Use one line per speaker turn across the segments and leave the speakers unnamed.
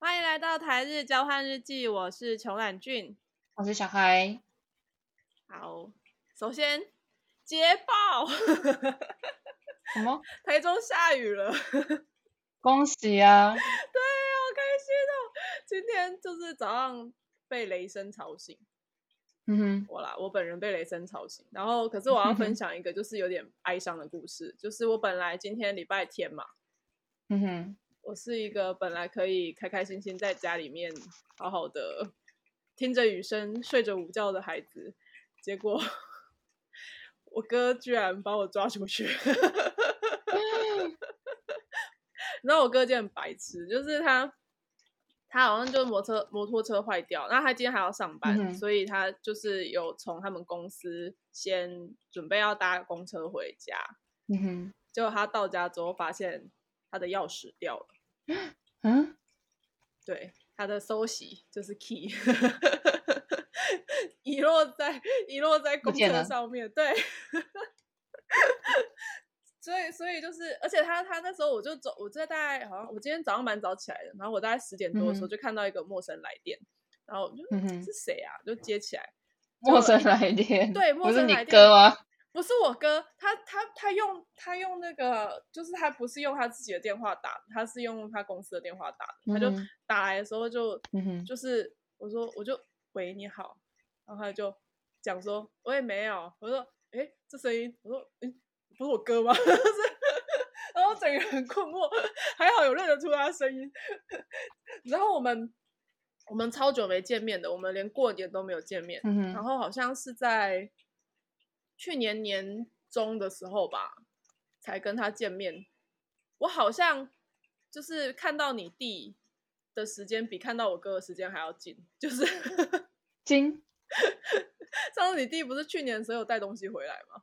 来到台日交换日记，我是裘懒俊。
我是小孩，
好，首先捷报，
什么？
台中下雨了，对，好 啊开心
恭喜啊！
哦！今天就是早上被雷声吵醒，
嗯
我啦，我本人被雷声吵醒。然后，可是我要分享一个就是有点哀伤的故事，就是我本来今天礼拜天嘛，
哼，嗯哼，
我是一个本来可以开开心心在家里面好好的听着雨声、睡着午觉的孩子，结果我哥居然把我抓出去。
嗯
你知道我哥今天很白痴，就是他，他好像就是摩托摩托车坏掉，然后他今天还要上班，
嗯哼
所以他就是有从他们公司先准备要搭公车回家，
嗯哼，
结果他到家之后发现他的钥匙掉了。
嗯，
对，他的搜洗就是 key，遗落在遗落在
不
公
见
车
了
上面，对。 所以，所以就是，而且他他那时候我就走，我在大概好像我今天早上蛮早起来的，然后我大概十点多的时候
嗯哼
就看到一个陌生来电，然后我就、
嗯哼
是谁啊？就接起来，
陌生来电，
对陌
不是
生
你
来电
哥吗？
不是我哥，他他他用他用那个，就是他不是用他自己的电话打，他是用他公司的电话打的，他就
嗯哼
打来的时候就
嗯哼，
就是我说我就喂你好，然后他就讲说我也没有，我说诶，这声音，我说诶，不是我哥吗？ 然后整个人很困惑，还好有认得出他的声音。 然后我们我们超久没见面的，我们连过年都没有见面，
嗯
然
哼，
后好像是在去年年中的时候吧，才跟他见面。我好像就是看到你弟的时间比看到我哥的时间还要近，就是
金，
上次你弟不是去年的时候有带东西回来吗？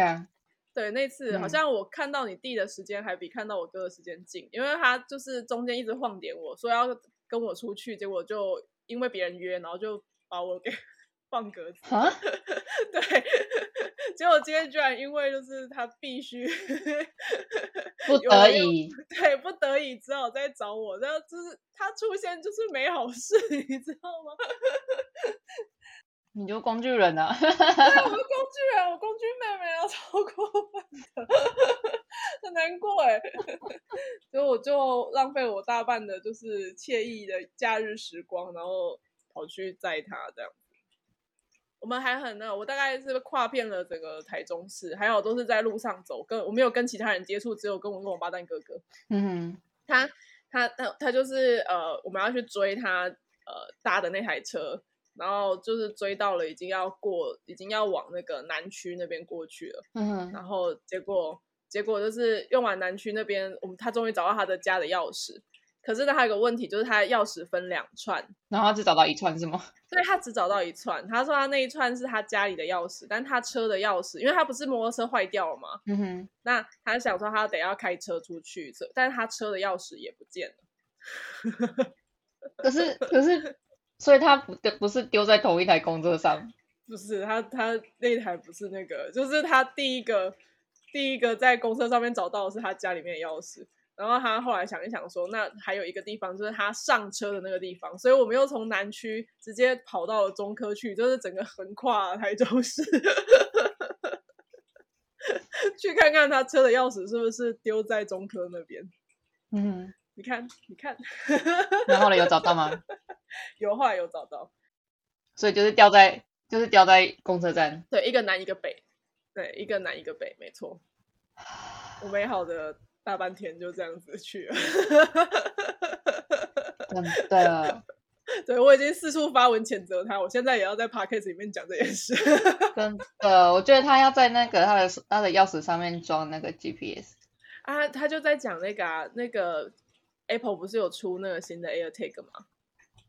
啊，
对，那次好
嗯
像我看到你弟的时间还比看到我哥的时间近，因为他就是中间一直晃点我说要跟我出去，结果就因为别人约，然后就把我给 放鸽子。
啊，
对，结果今天居然因为就是他必须
不
有了
得
又
已，
对不得已只好再找我，然后就是他出现就是没好事，你知道吗？
你就工具人啊，
我是工具啊人，我工具妹妹要 超过分的，很难过哎。 所以我就浪费我大半的就是惬意的假日时光，然后跑去载他这样。我们还很那，我大概是跨遍了整个台中市，还有都是在路上走，跟我没有跟其他人接触，只有跟我跟我八蛋哥哥。
嗯哼，
他他他他就是呃，我们要去追他呃搭的那台车，然后就是追到了，已经要过，已经要往那个南区那边过去了。
嗯哼，
然后结果结果就是用完南区那边，我们他终于找到他的家的钥匙，可是呢，他有个问题，就是他的钥匙分两串，
然后只找到一串是吗？
所以他只找到一串。他说他那一串是他家里的钥匙，但他车的钥匙，因为他不是摩托车坏掉了嘛，
嗯哼，
那他想说他得要开车出去，所以但是他车的钥匙也不见了。
可是可是，所以他不不是丢在同一台公车上，
不是他，他那台不是那个，就是他第一个第一个在公车上面找到的是他家里面的钥匙，然后他后来想一想说，那还有一个地方就是他上车的那个地方，所以我们又从南区直接跑到了中科去，就是整个横跨台州市， 去看看他车的钥匙是不是丢在中科那边。
嗯
你看，你看，
哼，然后呢有找到吗？
有后来有找到，
所以就是掉在就是掉在公车站，
对，一个南一个北，对，一个南一个北，没错。我美好的大半天就这样子去了。
真的
对我已经四处发文谴责他，我现在也要在 podcast 里面讲这件事。
真的，我觉得他要在那个他的他的钥匙上面装那个 GPS。
啊，他就在讲那个、啊、那个 Apple 不是有出那个新的 AirTag 吗？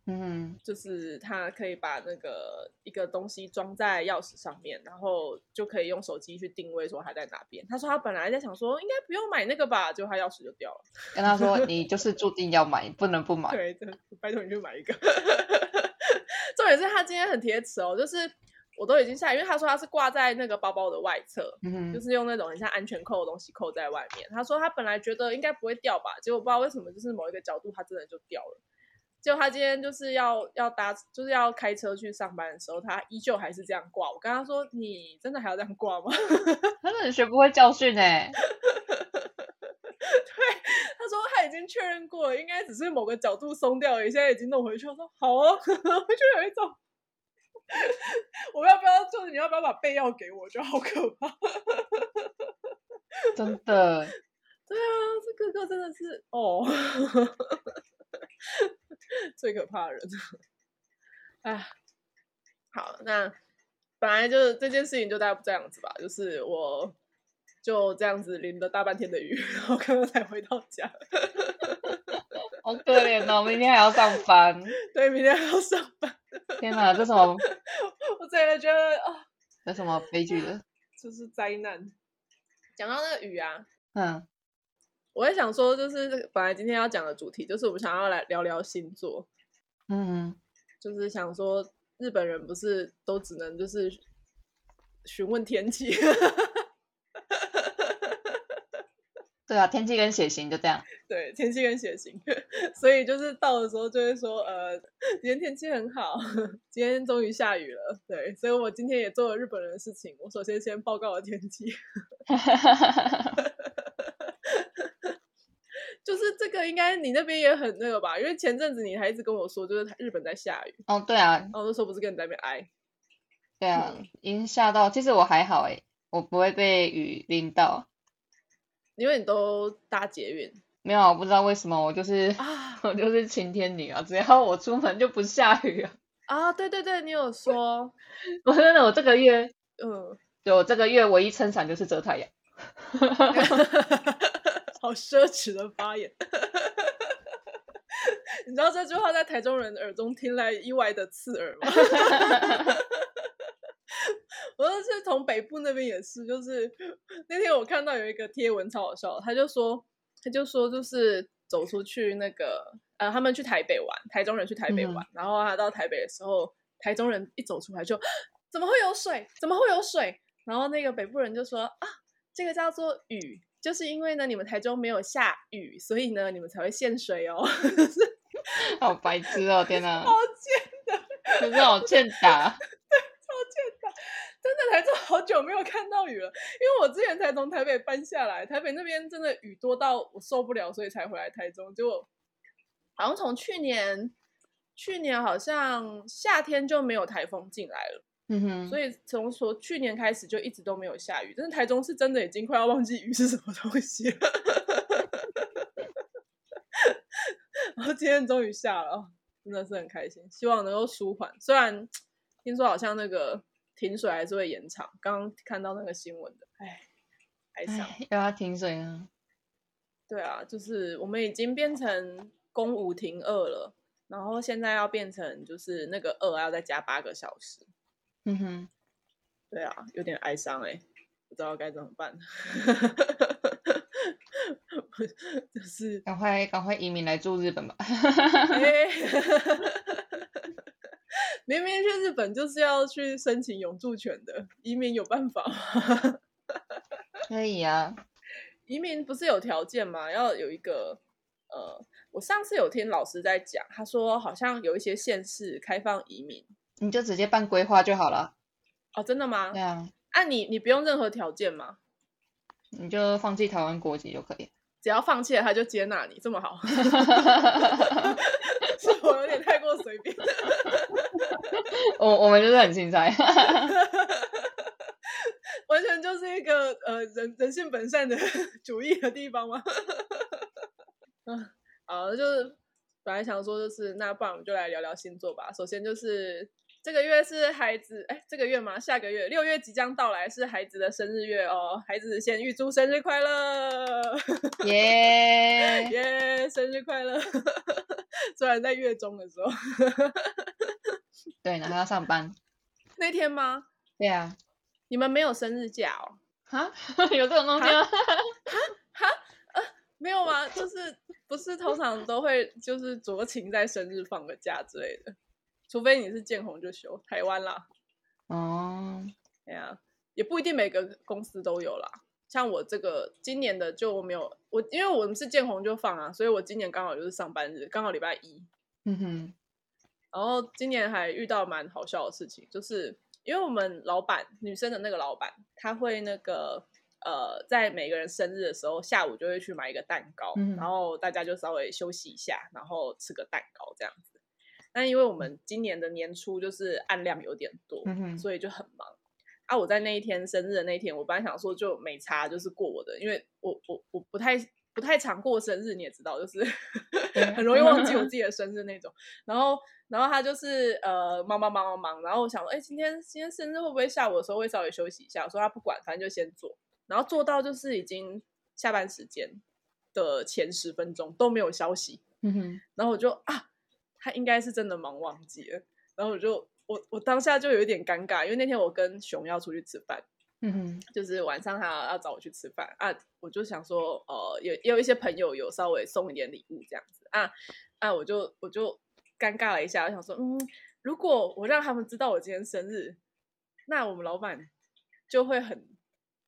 嗯
就是它可以把那个一个东西装在钥匙上面，然后就可以用手机去定位说它在哪边。他说他本来在想说应该不用买那个吧，结果他钥匙就掉了。
哼，跟他说 你就是注定要买，不能不买。
对，真的拜托你去买一个。 重点是他今天很铁齿哦，就是我都已经下来，因为他说他是挂在那个包包的外侧，
嗯
就
哼，
是用那种很像安全扣的东西扣在外面。他说他本来觉得应该不会掉吧，结果不知道为什么，就是某一个角度它真的就掉了。结果他今天就是要要搭，就是要开车去上班的时候，他依旧还是这样挂。我跟他说：“你真的还要这样挂吗？”
他真的学不会教训哎、
他说他已经确认过了，应该只是某个角度松掉而已，现在已经弄回去。我说好哦，我 就有一种，我要不要就是你要不要把备药给我？我觉得好可怕。
真的。
对啊，这哥哥真的是哦， 最可怕的人。哎，好，那本来就是这件事情就大概这样子吧，就是我就这样子淋了大半天的雨，然后刚刚才回到家。
好可怜哦，明天还要上班。
对，明天还要上班，
天哪，这什么
我真的觉得啊，
有什么悲剧的？
就是灾难。讲到那个雨啊，
嗯，
我也想说，就是本来今天要讲的主题，就是我们想要来聊聊星座，
嗯，
就是想说日本人不是都只能就是询问天气，
对啊，天气跟血型就这样。
对天气跟血型， 所以就是到的时候就会说，呃，今天天气很好， 今天终于下雨了，对，所以我今天也做了日本人的事情，我首先先报告了天气， 就是这个应该你那边也很那个吧，因为前阵子你还一直跟我说，就是日本在下雨，
哦，对啊，
然后我那时候不是跟你在那边挨。
对啊，已经下到，其实我还好诶，我不会被雨淋到。
因为你都搭捷运
没有啊，我不知道为什么，我就是
啊
我 就是晴天女啊，只要我出门就不下雨啊。
啊，对对对，你有说，
我真的，我这个月，
嗯，
对我这个月唯一撑伞就是遮太阳。
好奢侈的发言。 你知道这句话在台中人的耳中听来意外的刺耳吗？ 我就是从北部那边也是，就是那天我看到有一个贴文超好笑的，他就说，他就说就是走出去那个呃，他们去台北玩，台中人去台北玩，然后他到台北的时候，台中人一走出来就 怎么会有水？怎么会有水？然后那个北部人就说啊，这个叫做雨，就是因为呢你们台中没有下雨，所以呢你们才会限水哦，
好白痴哦，天哪
好，贱，
就这种欠打。
超欠打！真的台中好久没有看到雨了，因为我之前才从台北搬下来，台北那边真的雨多到我受不了，所以才回来台中。结果好像从去年，去年好像夏天就没有台风进来了，
嗯哼，
所以从说去年开始就一直都没有下雨。但是台中是真的已经快要忘记雨是什么东西了。然后今天终于下了，哦真的是很开心，希望能够舒缓。虽然听说好像那个停水还是会延长，刚刚看到那个新闻的，哎，哀伤。
唉哎又要停水啊。
对啊，就是我们已经变成公五停二了，然后现在要变成就是那个二啊要再加八个小时。
嗯哼，
对啊，有点哀伤哎、不知道该怎么办。 就是
赶快赶快移民来住日本吧。
哎， 明明去日本就是要去申请永住权的，移民有办法吗？
可以啊，
移民不是有条件吗？要有一个呃，我上次有听老师在讲，他说好像有一些县市开放移民
你就直接办规划就好了。
哦，真的吗
对？啊，
啊，你你不用任何条件吗？
你就放弃台湾国籍就可以。
只要放弃了，他就接纳你，这么好，是我有点太过随便。
我 我们就是很轻彩。
完全就是一个呃人人性本善的 主义的地方吗？嗯， 好，就是本来想说就是那不然我们就来聊聊星座吧。首先就是这个月是孩子，哎，这个月吗？下个月六月即将到来，是孩子的生日月哦。孩子先预祝生日快乐，
耶、
耶、生日快乐！ 虽然在月中的时候，
对，然后要上班。
那天吗？
对啊，
你们没有生日假哦？
哈， 有这种东西吗？
没有吗？就是不是通常都会就是酌情在生日放个假之类的，除非你是见红就休，台湾啦，
哦，
哎呀、也不一定每个公司都有啦。像我这个今年的就没有，我因为我们是见红就放啊，所以我今年刚好就是上班日，刚好礼拜一，
嗯哼，
然后今年还遇到蛮好笑的事情，就是因为我们老板女生的那个老板，她会那个呃，在每个人生日的时候，下午就会去买一个蛋糕，
嗯
然后大家就稍微休息一下，然后吃个蛋糕这样子。但因为我们今年的年初就是案量有点多，
嗯哼，
所以就很忙。啊，我在那一天生日的那一天，我本来想说就没差，就是过我的，因为我我我不太不太常过生日，你也知道，就是 很容易忘记我自己的生日那种。然后然后他就是呃忙忙忙忙忙，然后我想说，哎，今天今天生日会不会下午的时候会稍微休息一下？我说他不管，反正就先做。然后做到就是已经下班时间的前十分钟都没有消息，
嗯哼，
然后我就啊，他应该是真的忙忘记了，然后我就我我当下就有一点尴尬，因为那天我跟熊要出去吃饭，
嗯 哼，
就是晚上他要找我去吃饭啊，我就想说，呃，也也有一些朋友有稍微送一点礼物这样子啊啊，我就我就尴尬了一下，我想说，嗯，如果我让他们知道我今天生日，那我们老板就会很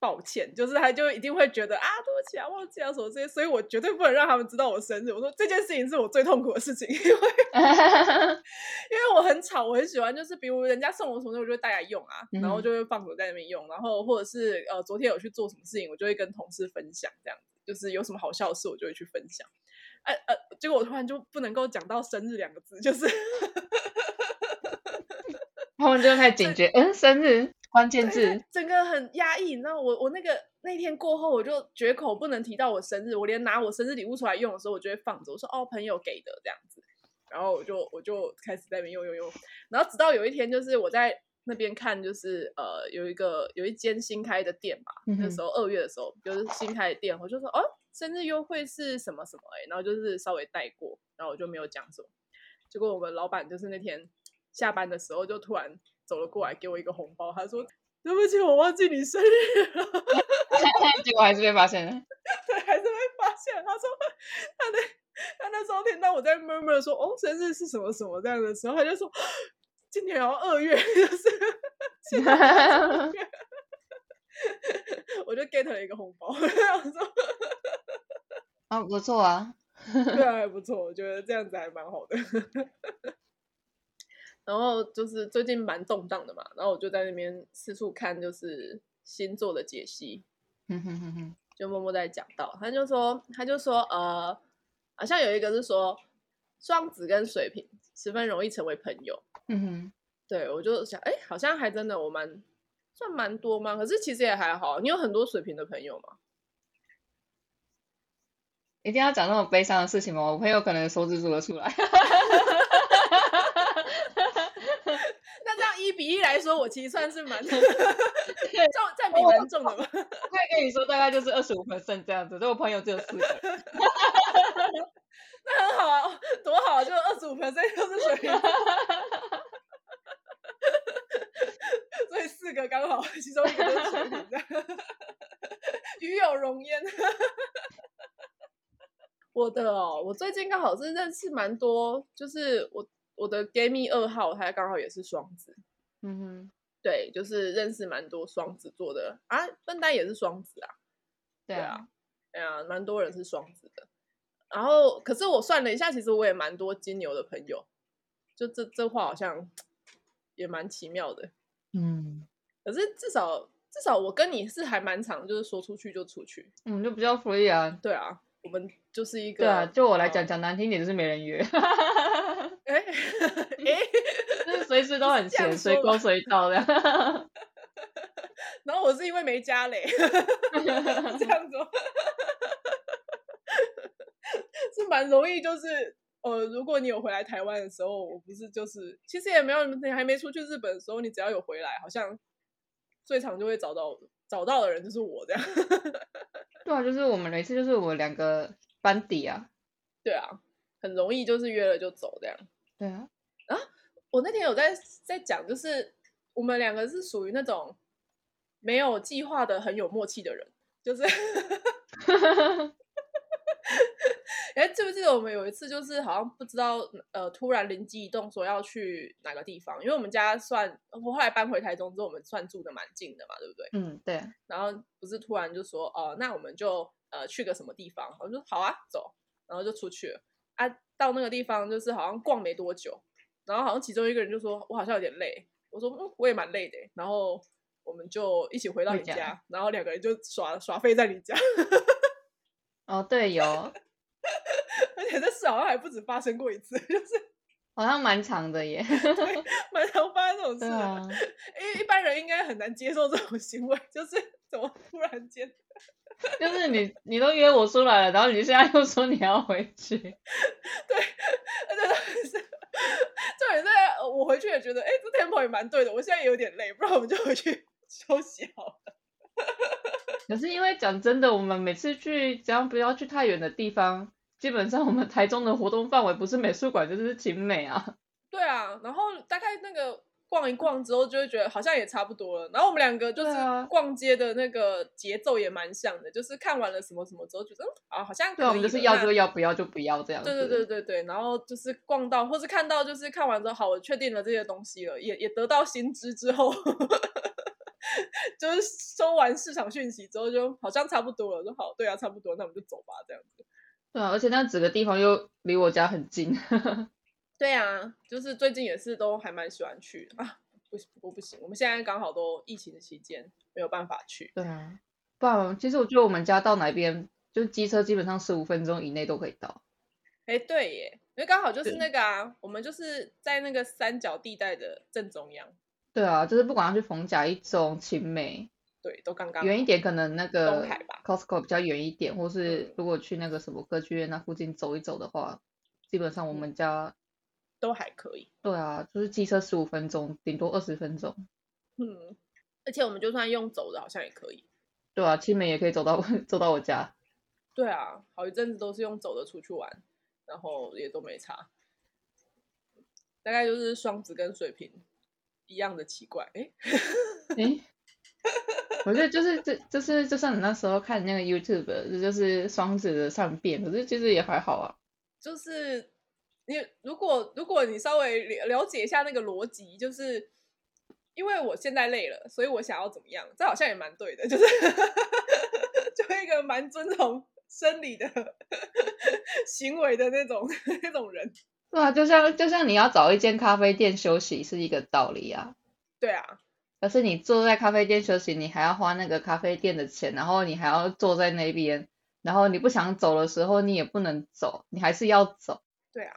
抱歉，就是他就一定会觉得啊，对不起啊，忘记啊什么这些，所以我绝对不能让他们知道我生日。我说这件事情是我最痛苦的事情，因为因为我很吵，我很喜欢，就是比如人家送我什么东西，我就会带来用啊，然后
嗯
就会放着在那边用，然后或者是呃，昨天有去做什么事情，我就会跟同事分享，这样子，就是有什么好笑的事，我就会去分享。哎呃，结果我突然就不能够讲到生日两个字，就是
他们就太警觉，嗯，生日关键字，
整个很压抑。你知道，我我那个那天过后，我就绝口不能提到我生日，我连拿我生日礼物出来用的时候，我就会放着，我说哦，朋友给的这样子。然后我就我就开始在那边用用用，然后直到有一天，就是我在那边看，就是呃有一个有一间新开的店吧，
嗯
那
哼
时候二月的时候就是新开的店，我就说哦生日优惠是什么什么哎、然后就是稍微带过，然后我就没有讲什么。结果我们老板就是那天下班的时候就突然走了过来给我一个红包，他说对不起我忘记你生日了。
结果还是被发现 了。
对，还是会发现。他说他那他那时候听到我在 murmur 说哦生日是什么什么这样的时候，他就说今年好像二月， 就是现在我就 get 了一个红包， 我想说
啊，不错啊，
对啊，还不错，我觉得这样子还蛮好的。 然后就是最近蛮动荡的嘛，然后我就在那边四处看，就是星座的解析，
嗯哼哼哼，
就默默在讲到，他就说，他就说，呃，好像有一个是说，双子跟水瓶十分容易成为朋友。
嗯哼，
对我就想，哎，好像还真的我蛮算蛮多吗？可是其实也还好。你有很多水瓶的朋友吗？
一定要讲那么悲伤的事情吗？我朋友可能手指数得出来。
那这样一比一来说，我其实算是蛮 重占比蛮重的嘛。
可以跟你说，大概就是二十五 percent 这样子。所以我朋友只有四个，
那很好啊， 多好啊，就二十五 percent 都是水瓶座， 所以四个刚好，其中一个都是水瓶这样， 与有容焉。 我的哦，我最近刚好是认识蛮多，就是我我的 gay 蜜二号，他刚好也是双子，
嗯哼，
对，就是认识蛮多双子座的啊，笨蛋也是双子啊，
对
对啊
啊，
哎呀，蛮多人是双子的。然后，可是我算了一下，其实我也蛮多金牛的朋友，就这这话好像也蛮奇妙的。
嗯，
可是至少至少我跟你是还蛮常，就是说出去就出去。
我们就比较 free 啊。
对啊，我们就是一个
对啊，就我来
嗯
讲，讲难听点就是没人约，
哎 哎，
就是随时都很
这样
闲，随
说
勾
吧
随到的。
然后我是因为没加嘞， 这样子吗哦是蛮容易，就是呃，如果你有回来台湾的时候，我不是就是其实也没有，你还没出去日本的时候，你只要有回来，好像最常就会找到找到的人就是我这样。
对啊，就是我们每次就是我两个班底啊，
对啊，很容易就是约了就走这样。
对啊，
我那天有在在讲，就是我们两个是属于那种没有计划的很有默契的人，就是 哎，记不记得我们有一次就是好像不知道呃，突然灵机一动说要去哪个地方，因为我们家算我后来搬回台中之后，我们算住的蛮近的嘛，对不对？
嗯，对啊，
然后不是突然就说哦、那我们就呃去个什么地方，我就说好啊，走，然后就出去了。啊，到那个地方就是好像逛没多久，然后好像其中一个人就说：“我好像有点累。”我说：“嗯，我也蛮累的。”然后我们就一起回到
回
你
家
家，然后两个人就耍耍废在你家，
哦，对，有，
而且这事好像还不止发生过一次， 就是
好像蛮长的耶。
蛮常发生这种事
对
的。
啊，
因为一般人应该很难接受这种行为， 就是怎么突然间，
就是你你都约我出来了，然后你现在又说你要回去，
而且他是，重点是呃我回去也觉得，哎、这 tempo 也蛮对的，我现在也有点累，不然我们就回去 休息好了。
可是因为讲真的，我们每次去只要不要去太远的地方，基本上我们台中的活动范围不是美术馆就是景美啊。
对啊，然后大概那个逛一逛之后，就会觉得好像也差不多了。然后我们两个就是
对啊
逛街的那个节奏也蛮像的，就是看完了什么什么之后，觉得嗯啊，好像可
对，我们就
以
是
了
要
那
就要，不要就不要这样子。
对对对对对，然后就是逛到，或是看到，就是看完之后，好，我确定了这些东西了，也也得到新知之后， 就是收完市场讯息之后，就好像差不多了，说好，对啊，差不多，那我们就走吧，这样子。
对啊，而且那整个地方又离我家很近。
对啊，就是最近也是都还蛮喜欢去的啊，不行，不过不行，我们现在刚好都疫情期间没有办法去。
对啊，不然其实我觉得我们家到哪边，就机车基本上十五分钟以内都可以到。
哎，对耶，因为刚好就是
对
那个啊，我们就是在那个三角地带的正中央，
对啊，就是不管要去逢甲一中、青美，
对，都刚刚
远一点可能那个
东海吧
Costco 比较远一点，或
嗯
是如果去那个什么歌剧院那附近走一走的话，基本
嗯
上我们家，
都还可以。
对啊，就是机车十五分钟，顶多二十分钟。
嗯，而且我们就算用走的，好像也可以。
对啊，青美也可以走到走到我家。
对啊，好一阵子都是用走的出去玩，然后也都没差。大概就是双子跟水瓶一样的奇怪，哎，
诶，我觉得就是这，就是就像你那时候看那个 YouTube，这就是双子的善变，可是其实也还好啊。
就是你如果如果你稍微了了解一下那个逻辑，就是因为我现在累了，所以我想要怎么样，这好像也蛮对的，就是 就一个蛮遵从生理的 行为的那种那种人。
对啊，就像就像你要找一间咖啡店休息是一个道理啊，
对啊，
可是你坐在咖啡店休息，你还要花那个咖啡店的钱，然后你还要坐在那边，然后你不想走的时候你也不能走，你还是要走，
对啊。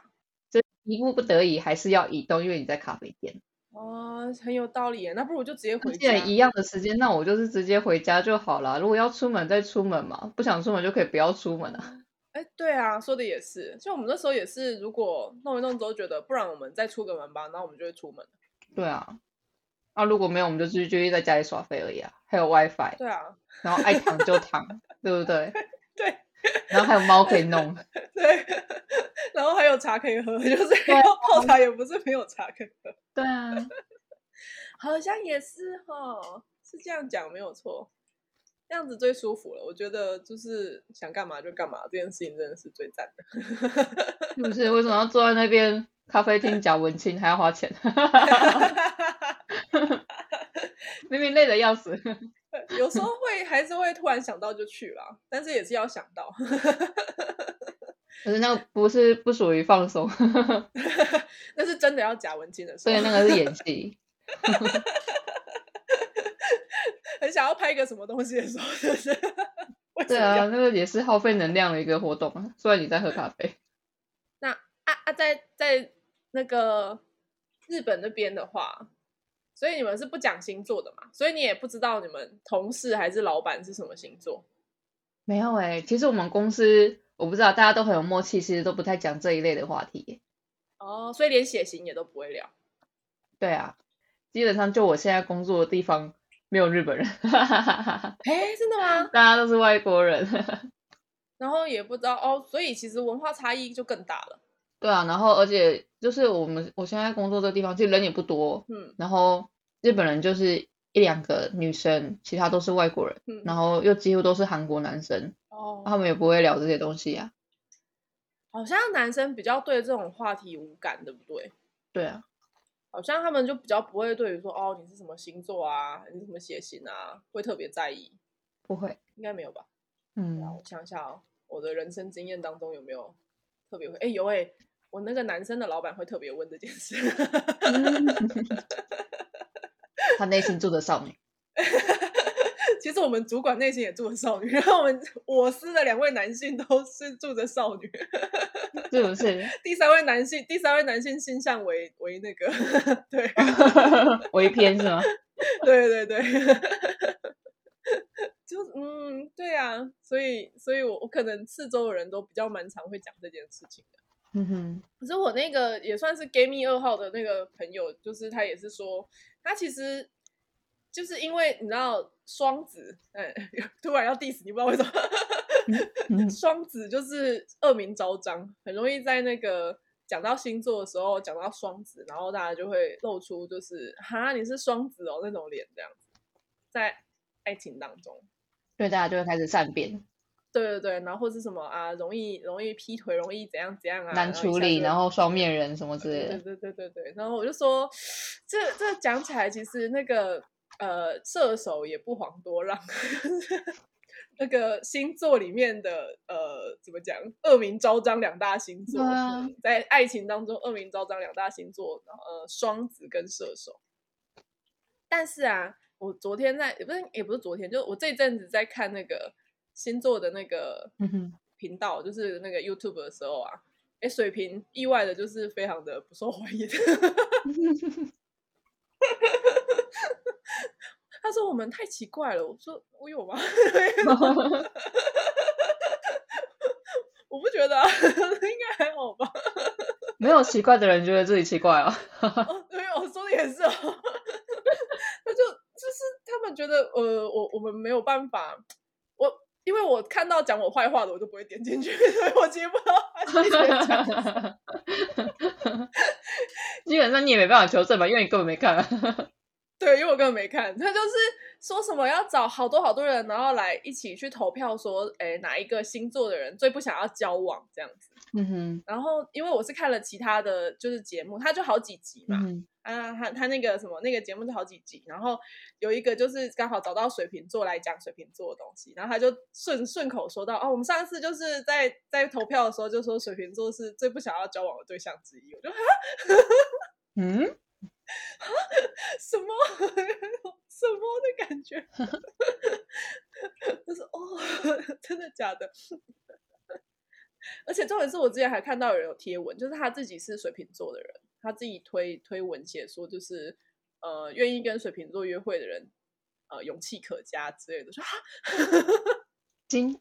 一步不得已还是要移动，因为你在咖啡店。
哦，很有道理耶。那不如就直接
那
回
既
家。
啊然一样的时间，那我就是直接回家就好了。如果要出门再出门嘛，不想出门就可以不要出门啊。
哎，对啊，说的也是。就我们那时候也是，如果弄一弄之后觉得，不然我们再出个门吧，然后我们就会出门。
对啊，啊如果没有，我们就继续继续在家里耍废而已啊。还有 WiFi，
对啊，
然后爱躺就躺，对不对？
对
然后还有猫可以弄。
对， 然后还有茶可以喝， 就是
对
要
啊
泡茶也不是没有茶可以喝，
对啊，
好像也是哈，是这样讲没有错。这样子最舒服了，我觉得就是想干嘛就干嘛，这件事情真的是最赞的。
是 不是？为什么要坐在那边咖啡厅讲文青还要花钱？ 明明累得要死。
有时候会还是会突然想到就去啦，但是也是要想到。
可是那个不是不属于放松，
那是真的要假文青的时
所
候，
以那个是演戏。
很想要拍个什么东西的时候，就是 为什
对
么要
啊，那个也是耗费能量的一个活动啊。虽然你在喝咖啡，
啊啊，在在那个日本那边的话，所以你们是不讲星座的嘛，所以你也不知道你们同事还是老板是什么星座。
没有哎、其实我们公司我不知道，大家都很有默契，其实都不太讲这一类的话题耶、
哦，所以连血型也都不会聊，
对啊，基本上就我现在工作的地方没有日本人， 大
哎，真的吗？
家都是外国人。
然后也不知道哦，所以其实文化差异就更大了。
对啊，然后而且就是我们我现在工作这地方，其实人也不多，
嗯
然后日本人就是一两个女生，其他都是外国人，
嗯，
然后又几乎都是韩国男生，他
哦，
们也不会聊这些东西啊。
好像男生比较对这种话题无感，对不对？
对啊，
好像他们就比较不会对于说哦你是什么星座啊，你是什么血型啊，会特别在意，
不会，
应该没有吧？对啊
嗯，
我想一下哦，我的人生经验当中有没有特别会。哎、有哎、我那个男生的老板会特别问这件事。
他内心住着少女，
其实我们主管内心也住着少女，然后我们我司的两位男性都是住着少女，
是不是？
第三位男性，第三位男性性向为为那个， 对
微偏是吗？
对对 对，就嗯，对啊，所以所以我我可能四周的人都比较蛮常会讲这件事情。
嗯哼，
可是我那个也算是 g a m i 二号的那个朋友，就是他也是说，他其实就是因为你知道双子，嗯， 突然要 diss 你不知道为什么，
嗯
双子就是恶名昭彰，很容易在那个讲到星座的时候讲到双子，然后大家就会露出就是哈你是双子哦那种脸这样子，在爱情当中。
所以大家就会开始善变，
对对对，然后或是什么啊，容易容易劈腿，容易怎样怎样啊，
难
一
处
下
理，
就
然后双面人什么之类
对
的。
对对对对，然后我就说，这这讲起来，其实那个呃，射手也不遑多让， 那个星座里面的呃，怎么讲，恶名昭彰两大星座，
对啊
嗯在爱情当中恶名昭彰两大星座，呃，双子跟射手。但是啊，我昨天在也不是也不是昨天，就是我这一阵子在看那个星座的那个
嗯哼，
频道，就是那个 YouTube 的时候啊，哎，水平意外的就是非常的不受欢迎。 他说我们太奇怪了，我说我有吗？ 我不觉得、啊， 应该还好吧。
没有奇怪的人觉得自己奇怪哦。
哦，对，我说的也是哦。 他就就是他们觉得，呃，我我们没有办法，我因为我看到讲我坏话的，我就不会点进去，所以我其实不知道他心里在讲什么
基本上你也没办法求证吧，因为你根本没看、啊。
对，因为我根本没看，他就是说什么要找好多好多人，然后来一起去投票说，哎，哪一个星座的人最不想要交往这样子。
嗯哼，
然后因为我是看了其他的就是节目，他就好几集嘛，
嗯哼，
啊，他他那个什么那个节目就好几集，然后有一个就是刚好找到水瓶座来讲水瓶座的东西，然后他就顺顺口说到哦，我们上次就是在在投票的时候就说水瓶座是最不想要交往的对象之一，我就啊
嗯，
什么什么的感觉， 就是哦，真的假的？ 而且重点是我之前还看到有人有贴文，就是他自己是水瓶座的人，他自己推推文写说，就是呃，愿意跟水瓶座约会的人，呃，勇气可嘉之类的。说啊，
金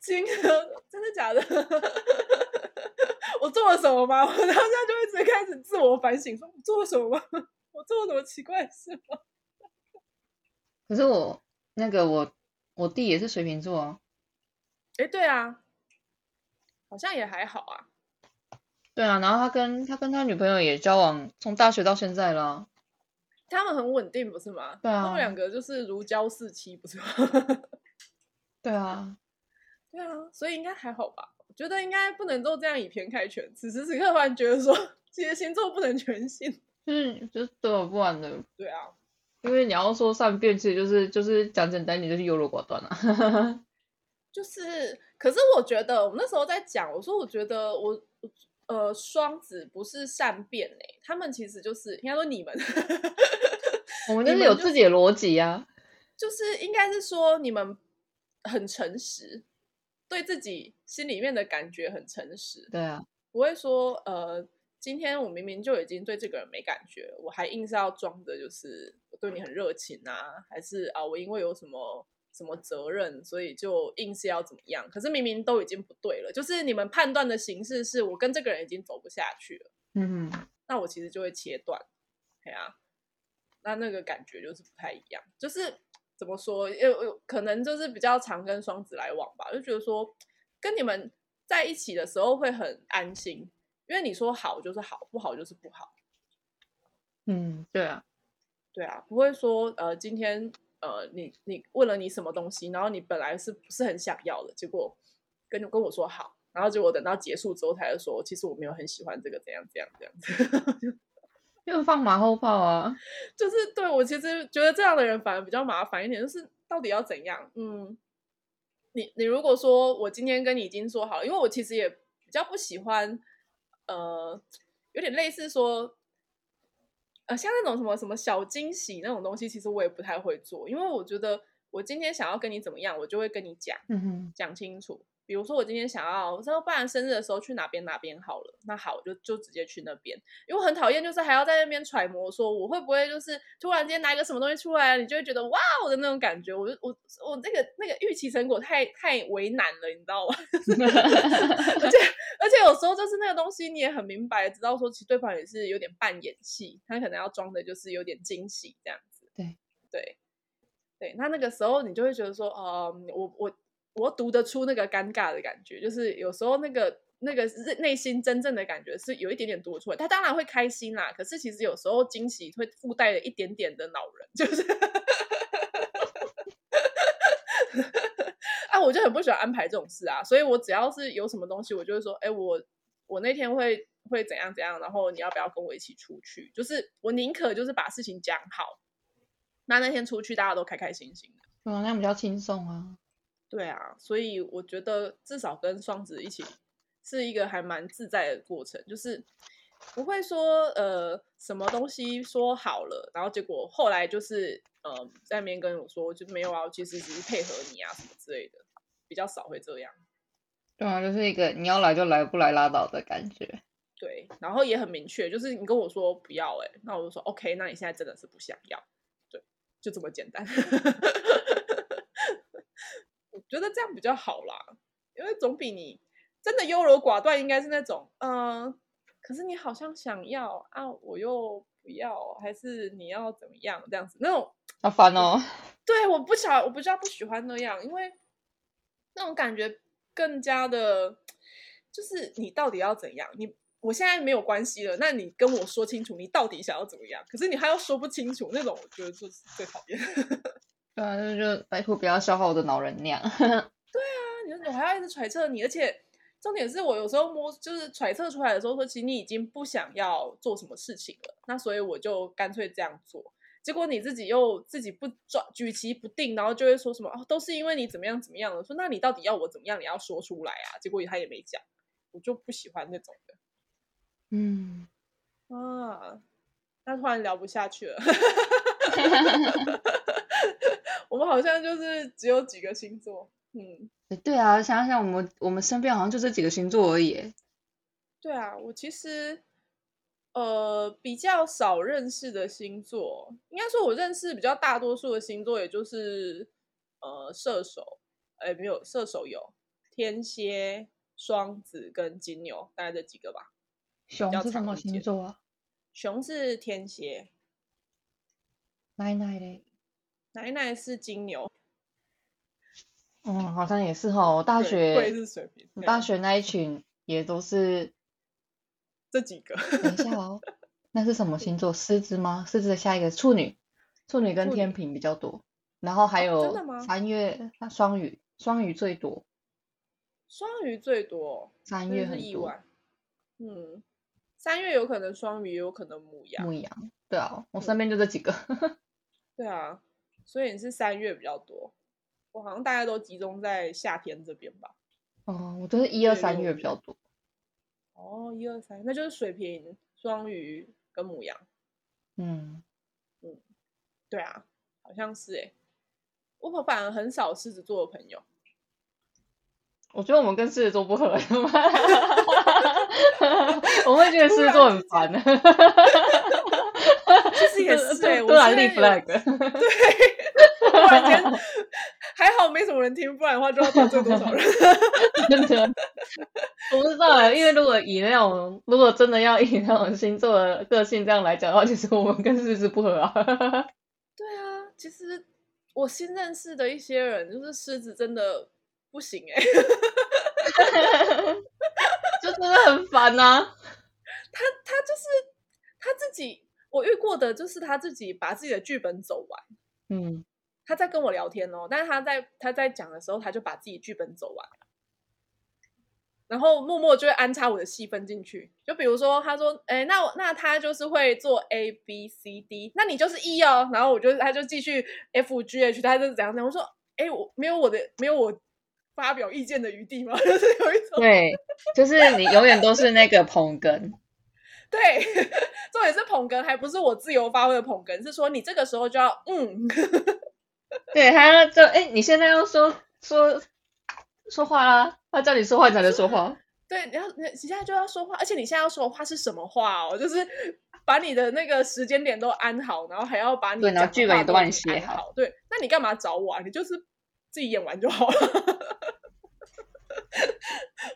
金额真的假的？ 我做了什么吗？ 我当下就一直开始自我反省，说我做了什么吗？ 我做了什么奇怪的事吗？
可是我那个我我弟也是水瓶座啊，
哎，对啊，好像也还好啊。
对啊，然后他跟他跟他女朋友也交往，从大学到现在了啊。
他们很稳定，不是吗？
对
他
啊
们两个就是如胶似漆，不是吗？
对啊，
对啊，所以应该还好吧？我觉得应该不能够这样以偏概全。此时此刻，突然觉得说，其实星座不能全信。
就是就是对我不玩的，
对啊，
因为你要说善变，其实就是就是讲简单一点，就是优柔寡断啊。
就是，可是我觉得我们那时候在讲，我说我觉得我我呃双子不是善变哎、他们其实就是应该说你们，
我们
你
就是
们
有
就
自己的逻辑啊。
就是应该是说你们很诚实，对自己心里面的感觉很诚实，
对啊，
不会说呃，今天我明明就已经对这个人没感觉了，我还硬是要装的，就是我对你很热情啊，还是啊，我因为有什么什么责任，所以就硬是要怎么样？可是明明都已经不对了，就是你们判断的形式是我跟这个人已经走不下去了，
嗯哼，
那我其实就会切断，哎呀、那那个感觉就是不太一样，就是怎么说，有有可能就是比较常跟双子来往吧，就觉得说跟你们在一起的时候会很安心，因为你说好就是好，不好就是不好，
嗯，对啊，
对啊，不会说呃今天呃你你问了你什么东西，然后你本来是不是很想要的，结果跟跟我说好。然后结果等到结束之后，才会说，其实我没有很喜欢这个，怎样怎样怎样
因为放马后炮啊。
就是对我其实觉得这样的人反而比较麻烦一点，就是到底要怎样？嗯，你你如果说我今天跟你已经说好了，因为我其实也比较不喜欢，呃，有点类似说，呃，像那种什么什么小惊喜那种东西，其实我也不太会做，因为我觉得我今天想要跟你怎么样，我就会跟你讲
嗯哼，
讲清楚。比如说我今天想要，我说不然生日的时候去哪边哪边好了，那好，我就就直接去那边，因为我很讨厌就是还要在那边揣摩说我会不会就是突然间拿一个什么东西出来，你就会觉得哇哦的那种感觉，我就我我那个那个预期成果太太为难了，你知道吗？ 而且有时候就是那个东西，你也很明白知道说，其实对方也是有点扮演戏，他可能要装的就是有点惊喜这样子。
对
对对，那那个时候你就会觉得说，哦、我我我读得出那个尴尬的感觉，就是有时候那个那个是内心真正的感觉是有一点点读得出来。他当然会开心啦，可是其实有时候惊喜会附带了一点点的恼人，就是。 啊，我就很不喜欢安排这种事啊，所以我只要是有什么东西，我就会说，哎、我我那天会会怎样怎样，然后你要不要跟我一起出去？就是我宁可就是把事情讲好，那那天出去大家都开开心心的。
对啊，那样比较轻松啊。
对啊，所以我觉得至少跟双子一起是一个还蛮自在的过程，就是不会说呃什么东西说好了，然后结果后来就是呃在那边跟我说就没有啊，我其实只是配合你啊什么之类的，比较少会这样。
对啊，就是一个你要来就来，不来拉倒的感觉。
对，然后也很明确，就是你跟我说不要、欸，哎，那我就说 OK，那你现在真的是不想要，对，就这么简单。 我觉得这样比较好啦，因为总比你真的优柔寡断，应该是那种，嗯、可是你好像想要啊，我又不要，还是你要怎么样这样子，那种
好烦哦。
对，我不想，我不知道不喜欢那样，因为那种感觉更加的，就是你到底要怎样？你我现在没有关系了，那你跟我说清楚，你到底想要怎么样？可是你还要说不清楚，那种我觉得就是最讨厌。
对啊，就是就拜托不要消耗我的脑容量。
你说我还要一直揣测你，而且重点是我有时候摸就是揣测出来的时候说，其实你已经不想要做什么事情了，那所以我就干脆这样做。结果你自己又自己不抓举棋不定，然后就会说什么哦，都是因为你怎么样怎么样了。说那你到底要我怎么样？你要说出来啊！结果他也没讲，我就不喜欢那种的
嗯，
啊。那突然聊不下去了， 我们好像就是只有几个星座，嗯。
对啊，想想我们我们身边好像就这几个星座而已耶。
对啊，我其实呃比较少认识的星座，应该说我认识比较大多数的星座，也就是呃射手，哎没有射手有天蝎、双子跟金牛，大概这几个吧。
熊
较
是什
常
么
理
星
解
座啊？
熊是天蝎，
奶奶嘞。
奶奶是金牛，
嗯，好像也是吼。我大
对贵
学
是水瓶，
我
对
大学那一群也 都是。
这几个
等一下哦，那是什么星座？狮子吗？狮子的下一个处女，处女跟
处
天
女
平比较多，然后还
哦
有
真的吗
三月，那双鱼，双鱼最多，
双鱼最多，
三
真
月
的是
很
意
多，
外，嗯，三月有可能双鱼，也有可能母羊，
牧羊，对啊，我身边就这几个，
对啊，所以你是三月比较多，我好像大概都集中在夏天这边吧。
哦，我都是一二
对
三
就
月比较多，
哦，一二三，那就是水瓶、双鱼跟母羊。
嗯，
对啊，好像是诶、我反而很少狮子座的朋友。
我觉得我们跟狮子座不合， 我会觉得
突
狮子
然
座很
之
烦，
其实 也是欸诶、
突
我
突然
现
立
在有
flag，
突然 间，还好没什么人听，不然的话就要得罪多少人。
真的， 我不知道哎，因为如果以那种如果真的要以那种星座的个性这样来讲的话，其实我们跟狮子不合啊。
对啊，其实我新认识的一些人，就是狮子真的不行欸诶、
就真的很烦啊呐、
他 他就是他自己，我遇过的就是他自己把自己的剧本走完。
嗯，
他在跟我聊天哦，但是他在他在讲的时候，他就把自己剧本走完了，然后默默就会安插我的戏份进去。就比如说，他说：“哎，那我那他就是会做 A B C D，那你就是 E 哦。”然后我就他就继续 F G H，他就是怎样怎样。我说：“哎，我没有我的没有我发表意见的余地吗？ 就是有一种
对，就是你永远都是那个捧哏，
对， 重点是捧哏，还不是我自由发挥的捧哏，是说你这个时候就要嗯，
对，他要就哎，你现在要说说说话啦，他叫你说话你才能说话，
对，然后你现在就要说话，而且你现在要说的话是什么话哦？就是把你的那个时间点都安好，然后还要把你
对然
讲的
后剧本
话
也都
都
帮
已
你
经
写
安
好
好，对，那你干嘛找我啊？你就是自己演完就好了。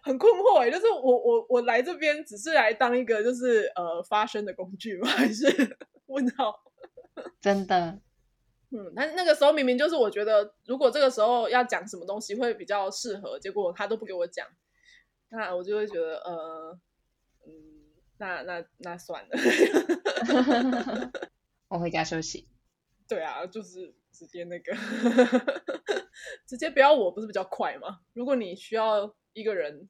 很困惑哎、就是我我我来这边只是来当一个就是呃发声的工具吗？还是 问号？
真的，
嗯，但是那个时候明明就是我觉得，如果这个时候要讲什么东西会比较适合，结果他都不给我讲，那我就会觉得呃，嗯，那那那算了，
我回家休息。
对啊，就是直接那个， 直接不要我不是比较快吗？如果你需要一个人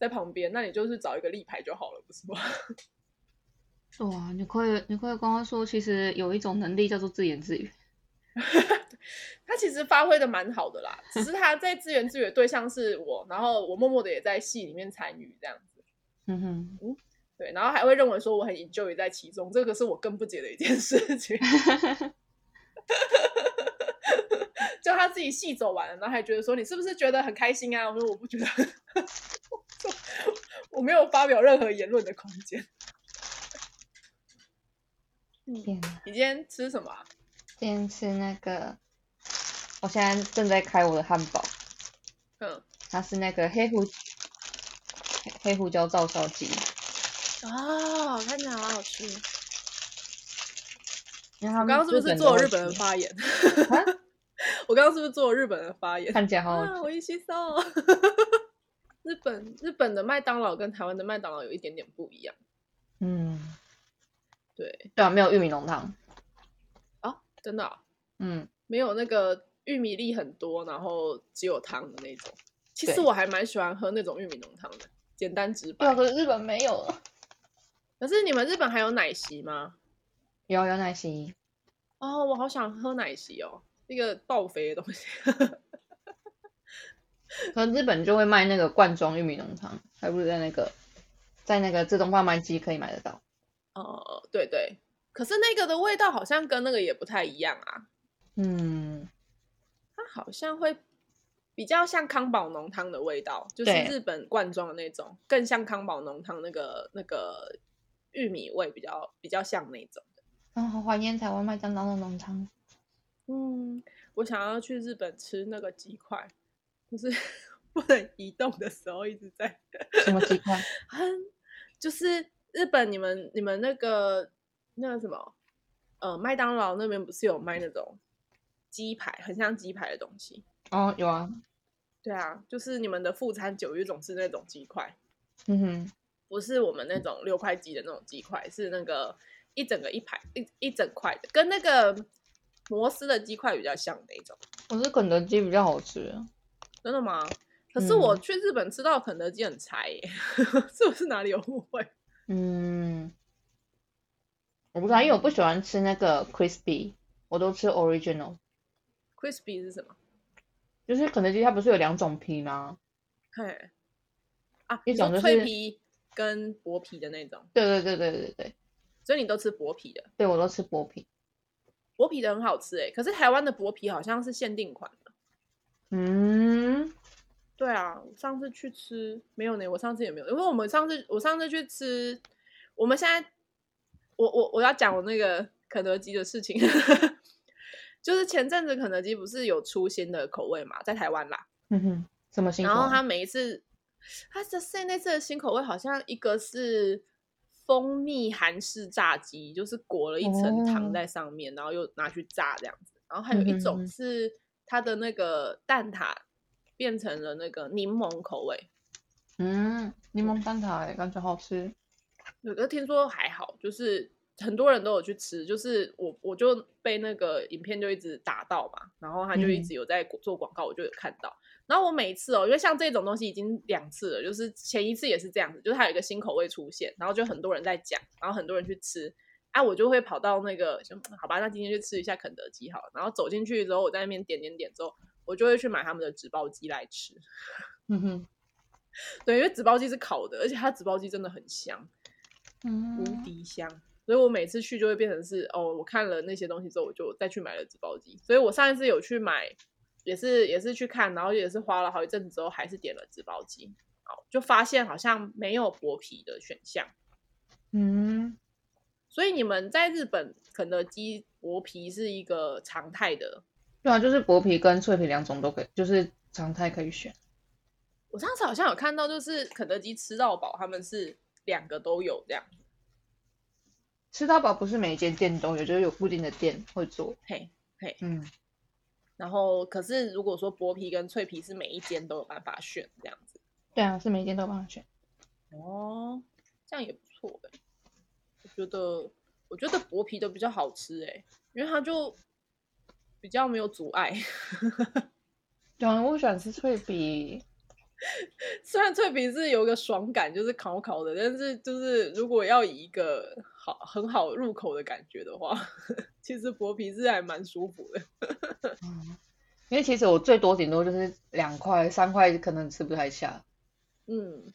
在旁边，那你就是找一个立牌就好了，不是吗？
哇，你可以，你可以跟他说，其实有一种能力叫做自言自语。
他其实发挥的蛮好的啦，只是他在自言自语的对象是我，然后我默默的也在戏里面参与这样子。
嗯哼，
对，然后还会认为说我很 enjoy 在其中，这个是我更不解的一件事情。 就他自己戏走完了，然后还觉得说你是不是觉得很开心啊？我说我不觉得， 我没有发表任何言论的空间。嗯
天哪！
你今天吃什么啊、
今天吃那个，我现在正在开我的汉堡，
嗯，
它是那个黑胡黑黑胡椒照烧鸡，
哦，看起来好好吃。
因为他
我
们
刚刚是不是
本
做
都
日
会
本人
吃
发言
啊？
我刚刚是不是做日本人发言？
看起来好好吃
啊，我一吸收。 日本日本的麦当劳跟台湾的麦当劳有一点点不一样，
嗯，
对
对啊，没有玉米浓汤，
啊，真的啊、
嗯，
没有那个玉米粒很多，然后只有汤的那种。其实
对
我还蛮喜欢喝那种玉米浓汤的，简单直
对啊，
白。
可是日本没有了，
可是你们日本还有奶昔吗？
有有奶昔，
哦，我好想喝奶昔哦，那个爆肥的东西。
可是日本就会卖那个罐装玉米浓汤，还不如在那个在那个自动贩卖机可以买得到，
哦，对对，可是那个的味道好像跟那个也不太一样啊，
嗯，
它好像会比较像康宝浓汤的味道，就是
对
日本罐装的那种，更像康宝浓汤那个那个玉米味比较比较像那种。
然后哦怀念台湾麦当劳的浓汤，
嗯，我想要去日本吃那个鸡块，就是 不能移动的时候一直在
什么鸡块？
很，就是日本你们你们那个那个什么，呃，麦当劳那边不是有卖那种鸡排，很像鸡排的东西？
哦，有啊，
对啊，就是你们的副餐九月总是那种鸡块，
嗯哼，
不是我们那种六块鸡的那种鸡块，是那个一整个一排一一整块的，跟那个摩斯的鸡块比较像那种。
我是肯德基比较好吃，啊
真的吗？可是我
嗯
去日本吃到肯德基很柴耶， 是不是哪里有误会？
嗯，我不知道，因为我不喜欢吃那个 crispy，我都吃 original，
crispy 是什么？
就是肯德基它不是有两种皮吗？
嘿，啊，
一
你说
种就是
脆皮跟薄皮的那种，
对对对对对对，
所以你都吃薄皮的，
对我都吃薄皮，
薄皮的很好吃哎。可是台湾的薄皮好像是限定款的。
嗯，
对啊，我上次去吃没有呢，我上次也没有，因为我们上次我上次去吃，我们现在我我我要讲我那个肯德基的事情， 就是前阵子肯德基不是有出新的口味嘛，在台湾啦。
哼嗯哼，什么啊新
然后
口味
他每一次，他这现那次的新口味好像一个是蜂蜜韩式炸鸡，就是裹了一层
哦
糖在上面，然后又拿去炸这样子。然后还有
嗯
一
哼
种
哼
是它的那个蛋挞变成了那个柠檬口味，
嗯，柠檬蛋挞欸感觉好吃，
有个听说还好，就是很多人都有去吃，就是我我就被那个影片就一直打到嘛，然后他就一
嗯
直有在广做广告，我就有看到。然后我每次哦，因为像这种东西已经两次了，就是前一次也是这样子，就是它有一个新口味出现，然后就很多人在讲，然后很多人去吃，啊，我就会跑到那个，就好吧，那今天就吃一下肯德基好了，然后走进去之后，我在那边点点点之后，我就会去买他们的纸包鸡来吃。
嗯哼，
对，因为纸包鸡是烤的，而且它纸包鸡真的很香，无
嗯，
敌香。所以我每次去就会变成是哦，我看了那些东西之后，我就再去买了纸包鸡。所以我上一次有去买，也是也是去看，然后也是花了好一阵子之后，还是点了纸包鸡。好，就发现好像没有薄皮的选项。
嗯，
所以你们在日本肯德基薄皮是一个常态的。
对啊，就是薄皮跟脆皮两种都可以，就是常态可以选。
我上次好像有看到，就是肯德基吃到饱，他们是两个都有这样。
吃到饱不是每一间店都有，就是有固定的店会做。
嘿，
嗯，
然后可是如果说薄皮跟脆皮是每一间都有办法选这样子。
对啊，是每一间都帮他选。
哦，这样也不错哎、我觉得，我觉得薄皮的比较好吃哎、因为它就比较没有阻碍。
对啊，我喜欢吃脆皮。
虽然脆皮是有一个爽感，就是烤烤的，但是就是如果要以一个好很好入口的感觉的话， 其实薄皮是还蛮舒服的。
嗯，因为其实我最多顶多就是两块、三块，可能吃不太下。
嗯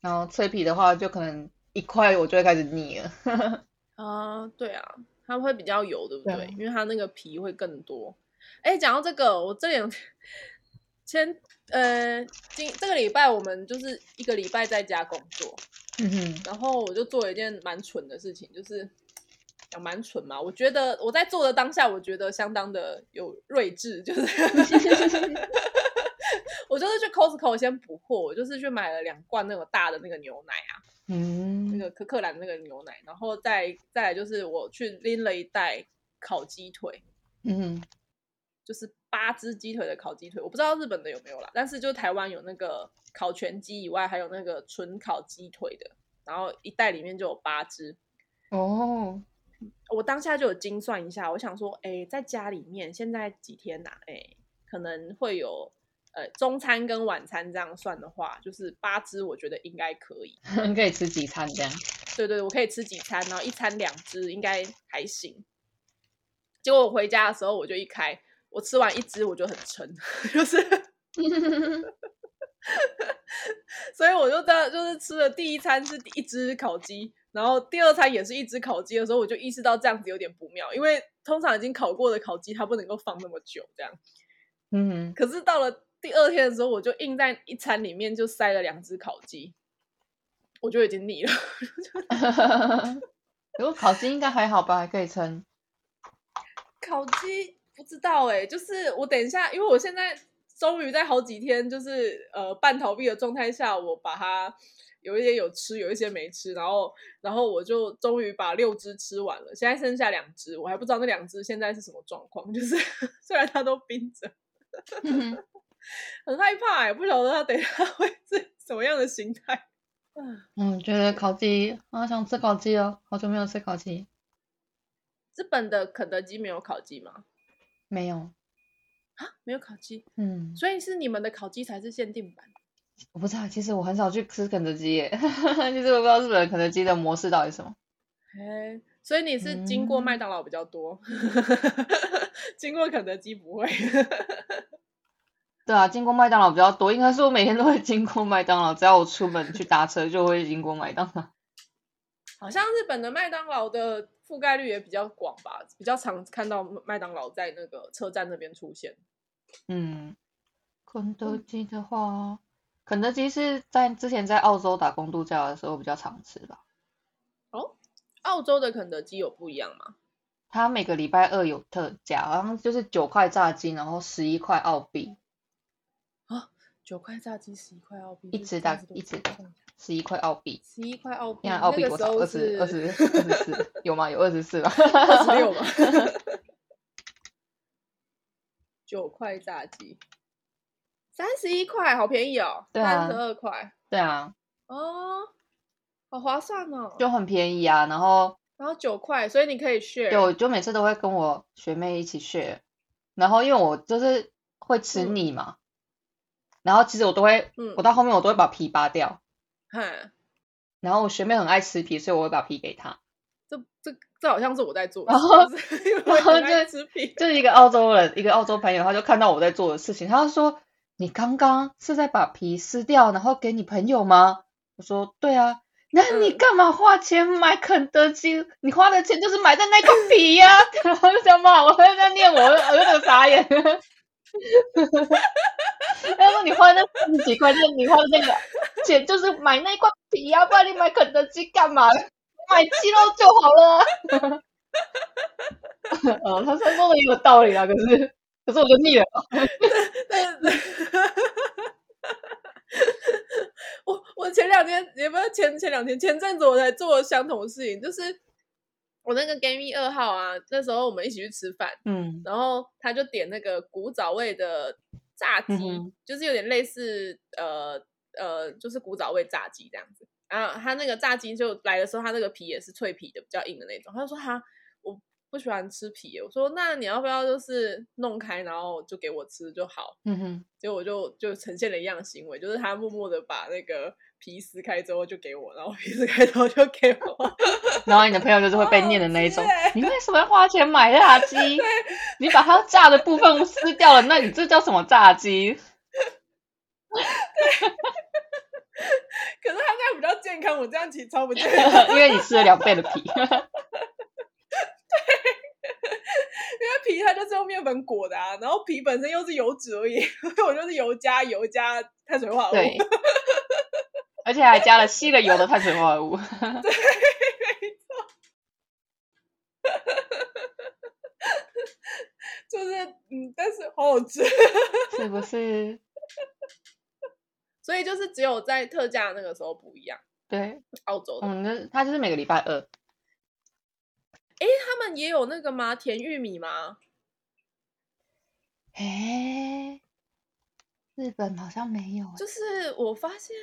然后脆皮的话，就可能一块我就会开始腻了。
啊，对啊，它会比较油，对不
对
对？
啊
因为它那个皮会更多。哎，讲到这个，我这两前呃今这个礼拜我们就是一个礼拜在家工作，
嗯 哼，
然后我就做了一件蛮蠢的事情，就是讲蛮蠢嘛。我觉得我在做的当下，我觉得相当的有睿智，就是 我就是去 Costco 先补货，我就是去买了两罐那种大的那个牛奶啊，那
嗯，
个可可兰那个牛奶，然后再再来就是我去拎了一袋烤鸡腿，
嗯哼，
就是八只鸡腿的烤鸡腿，我不知道日本的有没有啦，但是就台湾有那个烤全鸡以外，还有那个纯烤鸡腿的，然后一袋里面就有八只。
哦，
我当下就有精算一下，我想说，哎，在家里面现在几天呐、哎，可能会有呃中餐跟晚餐这样算的话，就是八只，我觉得应该可以。
可以吃几餐这样。
对对，我可以吃几餐，然后一餐两只应该还行。结果我回家的时候，我就一开，我吃完一只我就很撑， 就是，所以我就在就是吃了第一餐是一只烤鸡，然后第二餐也是一只烤鸡的时候，我就意识到这样子有点不妙，因为通常已经烤过的烤鸡它不能够放那么久这样。
嗯
可是到了第二天的时候，我就硬在一餐里面就塞了两只烤鸡，我就已经腻了。
哼， 如果烤鸡应该还好吧，还可以 撑。
烤鸡不知道哎、就是我等一下，因为我现在终于在好几天就是呃半逃避的状态下，我把它有一些有吃，有一些没吃，然后然后我就终于把六只吃完了，现在剩下两只，我还不知道那两只现在是什么状况，就是 虽然它都冰着，
嗯哼
很害怕哎、不晓得它等一下会 是什么样的形态。
嗯，觉得烤鸡啊，想吃烤鸡哦，好久没有吃烤鸡，
日本的肯德基没有烤鸡吗？啊
没有。
没有烤鸡，
嗯，
所以是你们的烤鸡才是限定版。
我不知道，其实我很少去吃肯德基耶， 其实我不知道日本肯德基的模式到底是什么。
哎，所以你是经过
嗯
麦当劳比较多， 经过肯德基不会。
对啊，经过麦当劳比较多，应该是我每天都会经过麦当劳，只要我出门去搭车就会经过麦当劳。
好像日本的麦当劳的覆盖率也比较广吧，比较常看到麦当劳在那个车站那边出现。
嗯，肯德基的话，肯德基是在之前在澳洲打工度假的时候比较常吃吧。
澳洲的肯德基有不一样吗？
它每个礼拜二有特价，好像就是九块炸鸡，然后十一块澳币，
九块炸鸡，十一块澳币，
一
这
只
是
大
30多
一只
块上下
十一块澳币。
十一块澳币，
现在澳币
嗯那
多
个时
少？
候
二十
是
二十二十四有吗？有二十四吧？
二十六吧，九块炸鸡，三十一块，好便宜哦，
对啊
三十二块
对啊，
哦，好划算哦。
就很便宜啊。然后
然后九块，所以你可以 share。
对，我就每次都会跟我学妹一起 share，然后因为我就是会吃
嗯
腻嘛，然后其实我都会，
嗯
我到后面我都会把皮扒掉，
哈，
然后我学妹很爱吃皮，所以我会把皮给她。
这这这好像是我在做的
然
事，
后
就是因为
然后
很爱
就
吃皮，
就是一个澳洲人，一个澳洲朋友，他就看到我在做的事情，他就说：“你刚刚是在把皮撕掉，然后给你朋友吗？”我说：“对啊。”那你
嗯
干嘛花钱买肯德基？你花的钱就是买在那个皮呀、 然后就想骂我，他就在念我，我就我就整个傻眼。 他说：“你花那四十几块钱，你花的那个钱就是买那一块皮呀、不然你买肯德基干嘛？ 买鸡肉就好了 啊。”哦，他他说的也有道理啊，可是可是我就腻了。
但是 我我前两天也不是前前两天，前阵子我才做了相同的事情，就是我那个 Game 二号啊，那时候我们一起去吃饭，
嗯
然后他就点那个古早味的炸鸡，
嗯哼
就是有点类似呃呃，就是古早味炸鸡这样子。然后他那个炸鸡就来的时候，他那个皮也是脆皮的，比较硬的那种。他就说哈，我不喜欢吃皮耶。我说那你要不要就是弄开，然后就给我吃就好。
嗯哼，
结果我就就呈现了一样的行为，就是他默默的把那个皮撕开之后就给我，然后皮撕开之后就给我。
然后你的朋友就是会被念的那一种
好好吃欸，
你为什么要花钱买 炸鸡？你把它炸的部分撕掉了，那你这叫什么炸鸡？
可是他这样比较健康，我这样其实超不健康。
因为你吃了两倍的皮。
因为皮它就是用面粉裹的啊，然后皮本身又是油脂而已， 所以我就是油加油加碳水化合物，
对，而且还加了吸了油的碳水化合物。
就是嗯，但是好好吃。
是不是？
所以就是只有在特价那个时候不一样，
对，
澳洲
我
的、
们的他就是每个礼拜二，
他们也有那个吗？甜玉米吗？
诶，日本好像没有诶，
就是我发现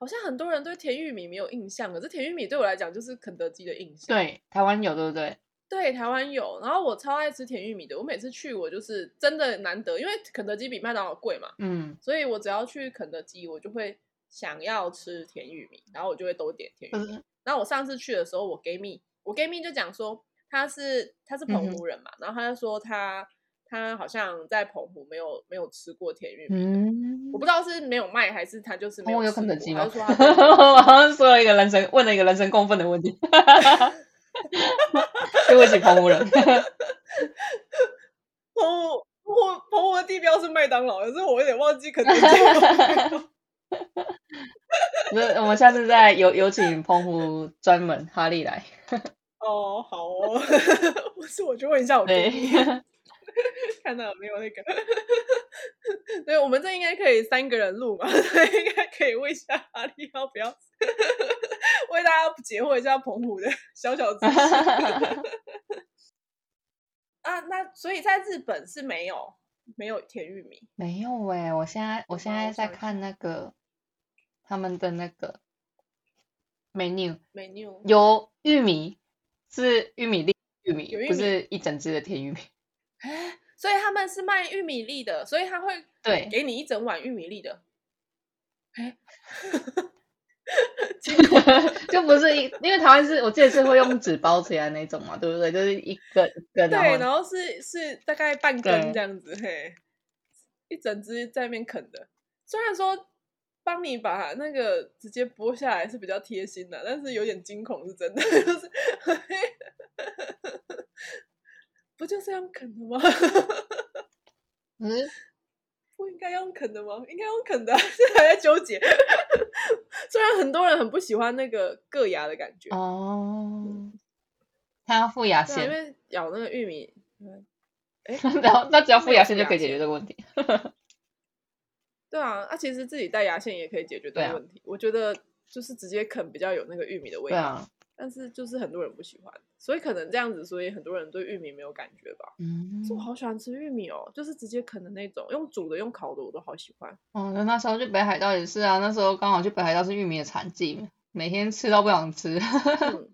好像很多人对甜玉米没有印象，可是甜玉米对我来讲就是肯德基的印象。
对，台湾有对不对？
对，台湾有，然后我超爱吃甜玉米的，我每次去我就是真的难得，因为肯德基比麦当劳贵嘛，
嗯，
所以我只要去肯德基，我就会想要吃甜玉米，然后我就会都点甜玉
可
米。
是
然后我上次去的时候，我 gay 蜜，我 gay 蜜就讲说他是他是澎
嗯
湖人嘛，然后他就说他他好像在澎湖没有没有吃过甜玉米，
嗯
我不知道是没有卖还是他就是没
澎湖有
吃
肯德
过
基
他
吗
就说他没有
我好像说了一个人生，问了一个人生共愤的问题， 对不起，澎湖人。
澎湖澎湖澎湖的地标是麦当劳，可是我有点忘记肯德基有 没有。
那我们下次再有有请澎湖专门哈利来。
哦，好哦， 不是我就问一下我 gay
对
蜜。，看到有没有那个？ 对，我们这应该可以三个人录嘛， 应该可以问一下哈利要不要为大家解惑一下澎湖的小小知识 啊。那所以在日本是没有没有甜玉米，
没有诶，我现在我现
吗我
在在
想一
看那个他们的那个 menu，
没有
有玉米，是玉米粒玉
有
米，
玉
不
米
是一整只的甜玉米。
哎， 所以他们是卖玉米粒的，所以他会
对，
给你一整碗玉米粒的。哎，结果
就不是一，因为台湾是我记得是会用纸包起来那种嘛，对不对？就是一根一根，
对，
然
然
后
后是是大概半根
对
这样子，嘿，一整只在那边啃的。虽然说帮你把那个直接剥下来是比较贴心的，但是有点惊恐是真的， 就是不就是要用啃的吗？
可是
不应该要用啃的吗？应该用啃的啊， 现在还在纠结。 虽然很多人很不喜欢那个硌牙的感觉，
哦，他要付牙
对啊，因
线，
为咬那个玉米，嗯
嗯 然后那只要付
没有
牙
付
线就
牙
可以解
线
决这个问题。
对啊，那、其实自己带牙线也可以解决这
对
个
啊
问题。我觉得就是直接啃比较有那个玉米的味
对
道，
啊，
但是就是很多人不喜欢，所以可能这样子，所以很多人对玉米没有感觉吧。
嗯
可是，我好喜欢吃玉米哦，就是直接啃的那种，用煮的、用烤的我都好喜欢。
哦，那那时候去北海道也是啊，那时候刚好去北海道是玉米的产季嘛，每天吃到不想 吃，
嗯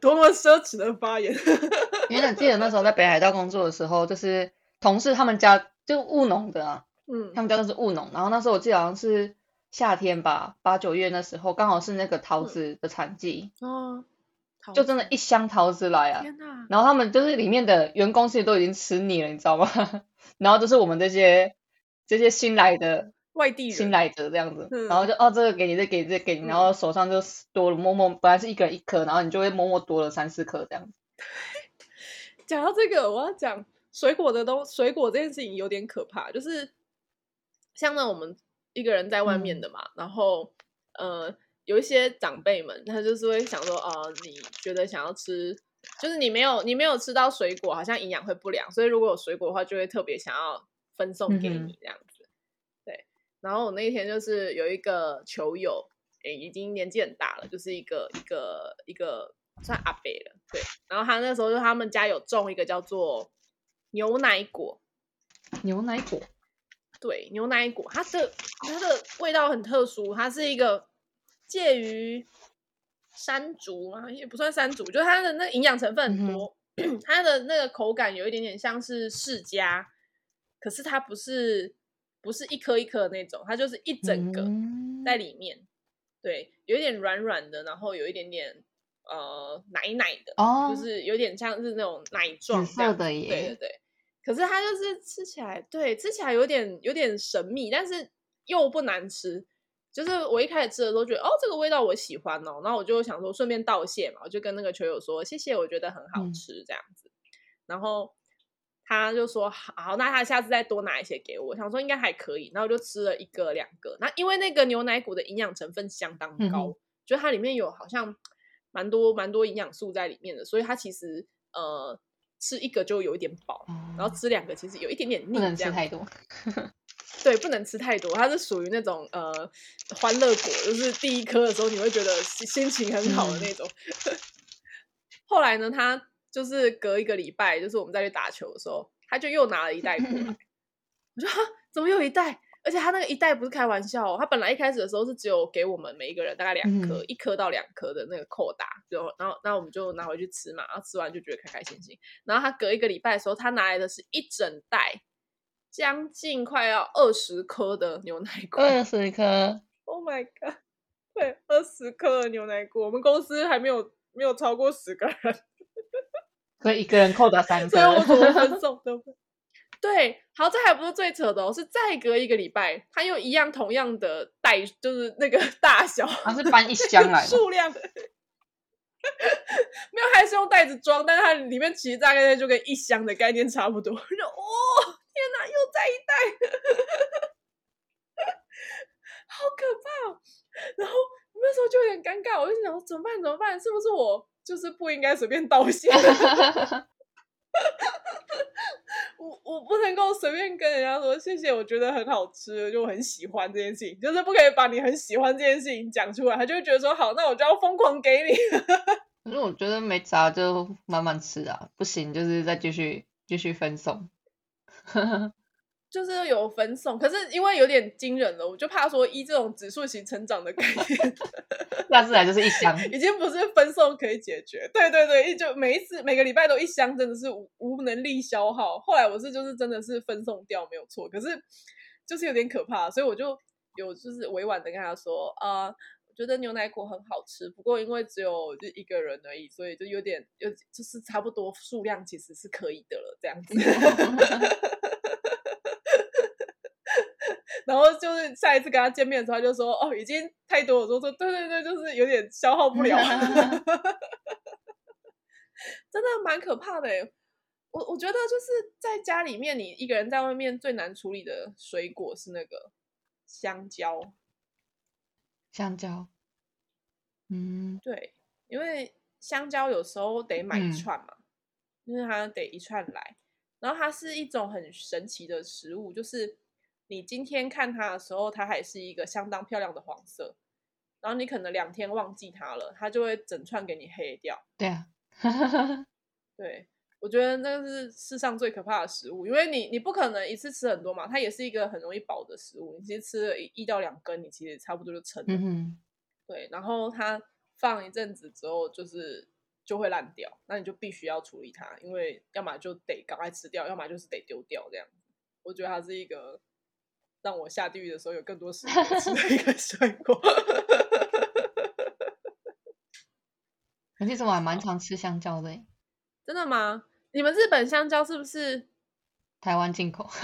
多么奢侈的发言！
因为我记得那时候在北海道工作的时候，就是同事他们家就务农的啊，
嗯
他们家都是务农，然后那时候我记得好像是夏天吧，八九月那时候刚好是那个桃
嗯
子的产季，
啊，桃
就真的
子
一箱桃子来啊。
天哪，
然后他们就是里面的员工，其实都已经吃腻了，你知道吗？ 然后就是我们这些这些新来的
外地人
新来者这样子，
嗯
然后就哦这个给你，这个给你，这个给你，然
嗯
后手上就是多了摸摸，本来是一个人一颗，然后你就会摸摸多了三四颗这样子。
讲到这个，我要讲水果的东，水果这件事情有点可怕，就是像呢，我们一个人在外面的嘛，然后呃，有一些长辈们，他就是会想说，哦、你觉得想要吃，就是你没有你没有吃到水果，好像营养会不良，所以如果有水果的话，就会特别想要分送给
嗯
你
哼
这样子。对，然后我那一天就是有一个球友，诶，已经年纪很大了，就是一个一个一个算阿伯了，对。然后他那时候就他们家有种一个叫做牛奶果，
牛奶果，
对，牛奶果，它的它的味道很特殊，它是一个介于山竹嘛，也不算山竹，就是它的那营养成
嗯
分很多， 它的那个口感有一点点像是释迦，可是它不是不是一颗一颗的那种，它就是一整个。
嗯
在里面，对，有一点软软的，然后有一点点呃奶奶的，
哦，
就是有点像是那种奶
紫
状这
色
样子，
的
对对
耶，
对。可是它就是吃起来，对，吃起来有点有点神秘，但是又不难吃。就是我一开始吃的时候觉得，哦，这个味道我喜欢哦，然后我就想说顺便道谢嘛，我就跟那个球友说谢谢，我觉得很好
嗯
吃这样子。然后他就说好，那他下次再多拿一些给我。我想说应该还可以，然后我就吃了一个两个。那因为那个牛奶骨的营养成分相当
嗯
高，
哼
就它里面有好像蛮多蛮多营养素在里面的，所以它其实呃吃一个就有一点饱，然后
哦
吃两个其实有一点点腻，
不能
这
吃
样
太多。
对，不能吃太多，它是属于那种呃欢乐果，就是第一颗的时候你会觉得心心情很好的那种。 后来呢，他就是隔一个礼拜，就是我们再去打球的时候，他就又拿了一袋过来。我说哈怎么又一袋？而且他那个一袋不是开玩笑哦，他本来一开始的时候是只有给我们每一个人大概两颗，
嗯
一颗到两颗的那个扣打，就然后那我们就拿回去吃嘛，然后吃完就觉得开开心心。然后他隔一个礼拜的时候，他拿来的是一整袋，将近快要二十颗的牛奶果。
二十颗，
Oh my god！对，二十颗的牛奶果，我们公司还没有没有超过十个人，
所以一个人扣打 三
所以我怎么
颗。
分手都不。 对，好，这还不是最扯的哦，是再隔一个礼拜，他又一样同样的袋，就是那个 大小，
它是搬一箱来的，
数量 的，没有，还是用袋子装，但是它里面其实大概就跟一箱的概念差不多。就哦， 天哪，又再一袋， 好可怕、哦！然后我那时候就有点尴尬，我就想说怎么办？怎么办？是不是我就是不应该随便道谢？ 我我不能够随便跟人家说谢谢，我觉得很好吃，就很喜欢这件事情，就是不可以把你很喜欢这件事情讲出来，他就会觉得说好，那我就要疯狂给你。
可是我觉得没啥就慢慢吃啊，不行就是再继续继续分送。
就是有分送，可是因为有点惊人了，我就怕说依这种指数型成长的概念，
下次来就是一箱，
已经不是分送可以解决。对对对，一就每一次每个礼拜都一箱，真的是无无能力消耗。后来我是就是真的是分送掉没有错，可是就是有点可怕，所以我就有就是委婉的跟他说啊。呃我觉得牛奶果很好吃，不过因为只有就一个人而已，所以就有点有就是差不多数量其实是可以的了，这样子。然后就是下一次跟他见面的时候，他就说：“哦，已经太多了。”我说：“说对对对，就是有点消耗不了，真的蛮可怕的欸。”我我觉得就是在家里面，你一个人在外面最难处理的水果是那个香蕉，
香蕉，嗯，
对，因为香蕉有时候得买一
嗯
串嘛，因为它得一串来。然后它是一种很神奇的食物，就是你今天看它的时候，它还是一个相当漂亮的黄色，然后你可能两天忘记它了，它就会整串给你黑掉。
对啊，
对，我觉得那个是世上最可怕的食物，因为你你不可能一次吃很多嘛，它也是一个很容易饱的食物。你其实吃了一一到两根，你其实差不多就撑了。
嗯哼，
对，然后它放一阵子之后，就是就会烂掉，那你就必须要处理它，因为要么就得赶快吃掉，要么就是得丢掉这样子。我觉得它是一个让我下地狱的时候有更多时间吃的一个水果。
可其实我还蛮常吃香蕉的欸，
真的吗？你们日本香蕉是不是？
台湾进口。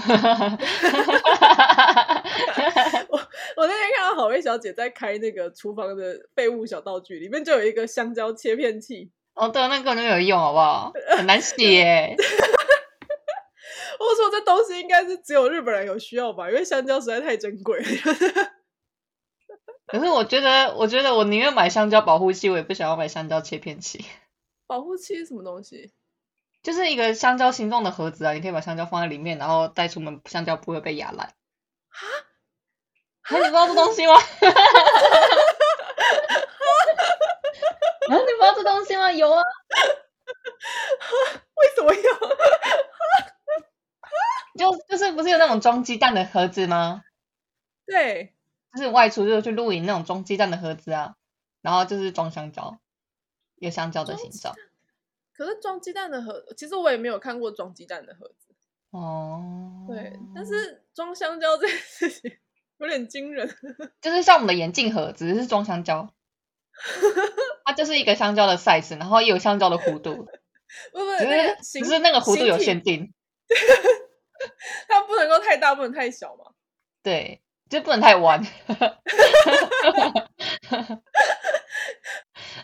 我那天看到好味小姐在开那个厨房的废物小道具，里面就有一个香蕉切片器。
哦，对，那个没有用，好不好？很难写欸，
我说这东西应该是只有日本人有需要吧，因为香蕉实在太珍贵了。
可是我觉得，我觉得我宁愿买香蕉保护器，我也不想要买香蕉切片器，
保护期是什么东西？
就是一个香蕉形状的盒子啊，你可以把香蕉放在里面，然后带出门，香蕉不会被压烂。 啊？你不知道这东西吗？ 啊，你不知道这东西吗？有啊，
为什么要？
就就是不是有那种装鸡蛋的盒子吗？
对，
就是外出就是去露营那种装鸡蛋的盒子啊，然后就是装香蕉，有香蕉的
装
形
鸡
状。
可是装鸡蛋的盒，其实我也没有看过装鸡蛋的盒子。
哦，
对，但是装香蕉这件事情有点惊人。
就是像我们的眼镜盒，只是装香蕉，它就是一个香蕉的 size，然后也有香蕉的 弧度，
不不，
只
那
是
个
只
形
是那个弧度有，限
形体
定，
它不能够太大，不能太小嘛。
对，就不能太弯。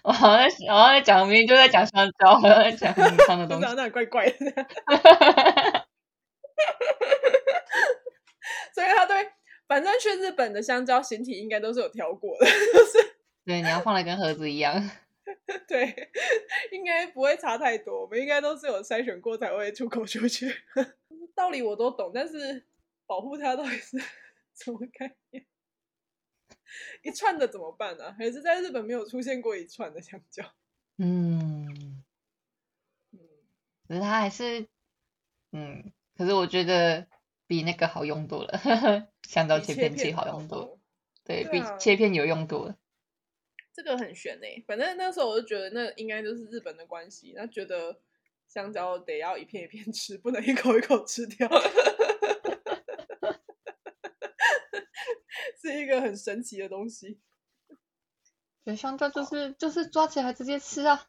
我好像我好像在讲，明明就在讲香蕉，好像在讲很长的
就
东
长
西。
得很怪怪的， 所以他对，反正去日本的香蕉形体应该都是有挑过的，
对，你要放的跟盒子一样。
对， 应该不会差太多。我们应该都是有筛选过才会出口出去， 道理我都懂，但是保护它到底是 什么概念？ 一串的怎么办呢、还是在日本没有出现过一串的香蕉？
嗯，
嗯，
可是它还是，嗯，可是我觉得比那个好用多了， 香蕉
比
切
切
片器
片
好
的
用多了，
多
对
对
比
啊
切片有用多了。
这个很悬呢、反正那时候我就觉得那应该就是日本的关系，那觉得香蕉得要一片一片 吃，不能一口一口吃 掉，是一个很神奇的东西。
对，香蕉就是就是抓起来直接吃啊。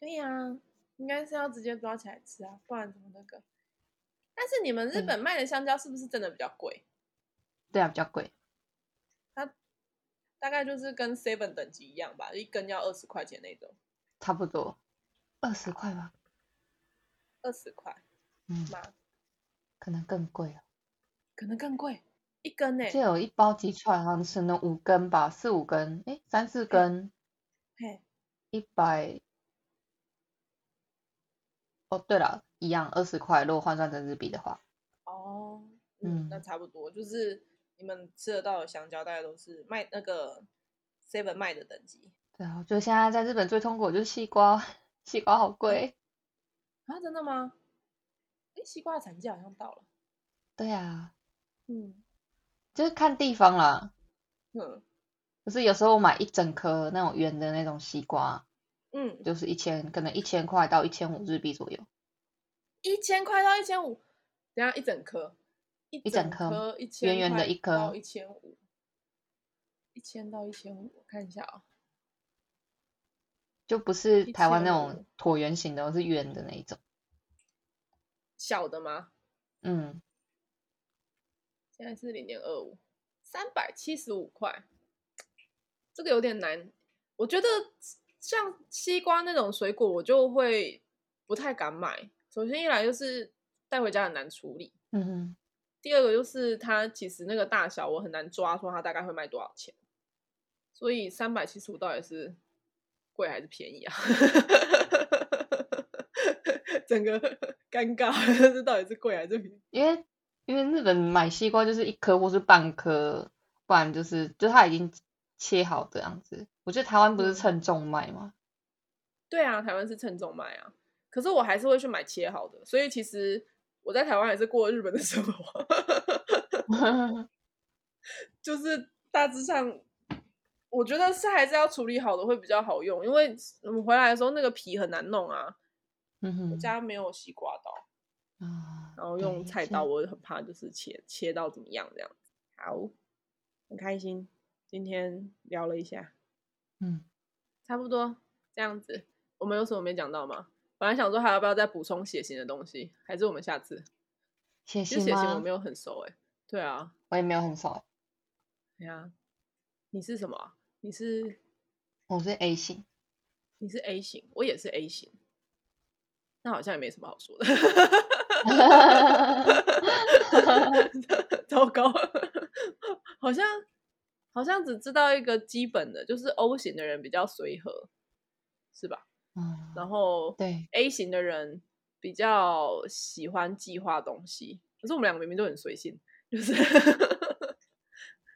对呀、应该是要直接抓起来吃啊，不然怎么那个？但是你们日
嗯
本卖的香蕉是不是真的比较贵？
对啊，比较贵。
大概就是跟 Seven 等级一样吧，一根要二十块钱那种，
差不多二十块吧，
二十块
嗯，
嘛，
可能更贵了。
可能更贵，一根欸呢、
这有一包鸡串，好像是那五根吧，四五根，诶，三四根，
嘿，
一百。哦，对了，一样二十块，如果换算成日币的话，
哦，嗯，那
嗯
差不多，就是你们吃得到的香蕉，大概都是卖那个 Seven 卖的等级
对啊，我觉得现在在日本最痛苦的就是西瓜，西瓜好贵。
啊？真的吗？哎，西瓜的产季好像到了，
对啊，
嗯
就是看地方啦。
嗯
可是有时候我买一整颗那种圆的那种西瓜，
嗯，
就是一千，可能一千块到一千五日币左右。
一千块到一千五，等一下一整颗，一
整颗
颗一千
圆圆的一颗
到一千五，一千到一千五，我看一下啊、
就不是台湾那
1500
种椭圆形的，是圆的那一种。
小的吗？
嗯，
现在是零点二五，三百七十五块，这个有点难。我觉得像西瓜那种水果，我就会不太敢买。首先一来就是带回家很难处理，
嗯哼，
第二个就是它其实那个大小我很难抓，说它大概会卖多少钱。所以三百七十五到底是贵还是便宜啊？ 整个尴尬， 这到底是贵还是便宜？
因为因为日本买西瓜就是一颗或是半颗，不然就是就它已经切好这样子。我觉得台湾不
嗯
是称重卖吗？
对啊，台湾是称重卖啊，可是我还是会去买切好的，所以其实我在台湾也是过日本的生活，
嗯
就是大致上，我觉得是还是要处理好的会比较好用，因为我们回来的时候那个皮很难弄啊，
嗯
我
哼，
家没有西瓜刀，
啊，
然后用
对
菜
这
刀我也很怕就是切切到怎么样这样子。好，很开心今天聊了一下，
嗯，
差不多这样子，我们有什么没讲到吗？本来想说还要不要再补充血型的东西，还是我们下次？
写
其实
信
血型我
吗
没？有很熟哎、对啊，
我也没有很熟欸，
对啊，你是什么啊？你是
我是 A 型，
你是 A 型，我也是 A 型，那好像也没什么好说的。
嗯
糟糕， 好像好像只知道一个基本的，就是 O 型的人比较随和，是吧？
嗯，
然后
对，
A 型的人比较喜欢计划东西，可是我们两个明明都很随性，就是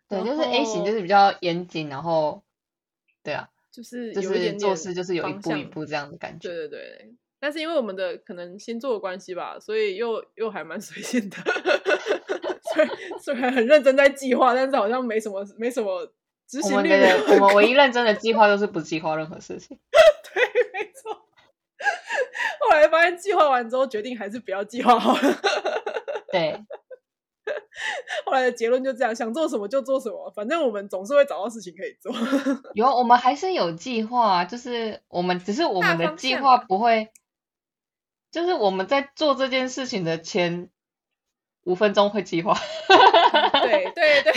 对，
然
就是 A 型就
后
是比较严谨，然后对啊，
就是
就
有一
是
点
做
点
事就是有一
方
步一
向，
步这样的感觉。
对对对。但是因为我们的可能星座的关系吧，所以又又还蛮随性的， 虽然虽然很认真在计划，但是好像没什么没什么执
我
行
们
力
的
没 有很
我们唯一认真的计划就是不计划任何事情。
对，没错。后来发现计划完之后，决定还是不要计划好了。
对，
后来的结论就这样，想做什么就做什么，反正我们总是会找到事情可以做。
有我们还是有计划啊，就是我们只是我
大
们的
方
计
向
划不会，就是我们在做这件事情的前五分钟会计划。
对对对，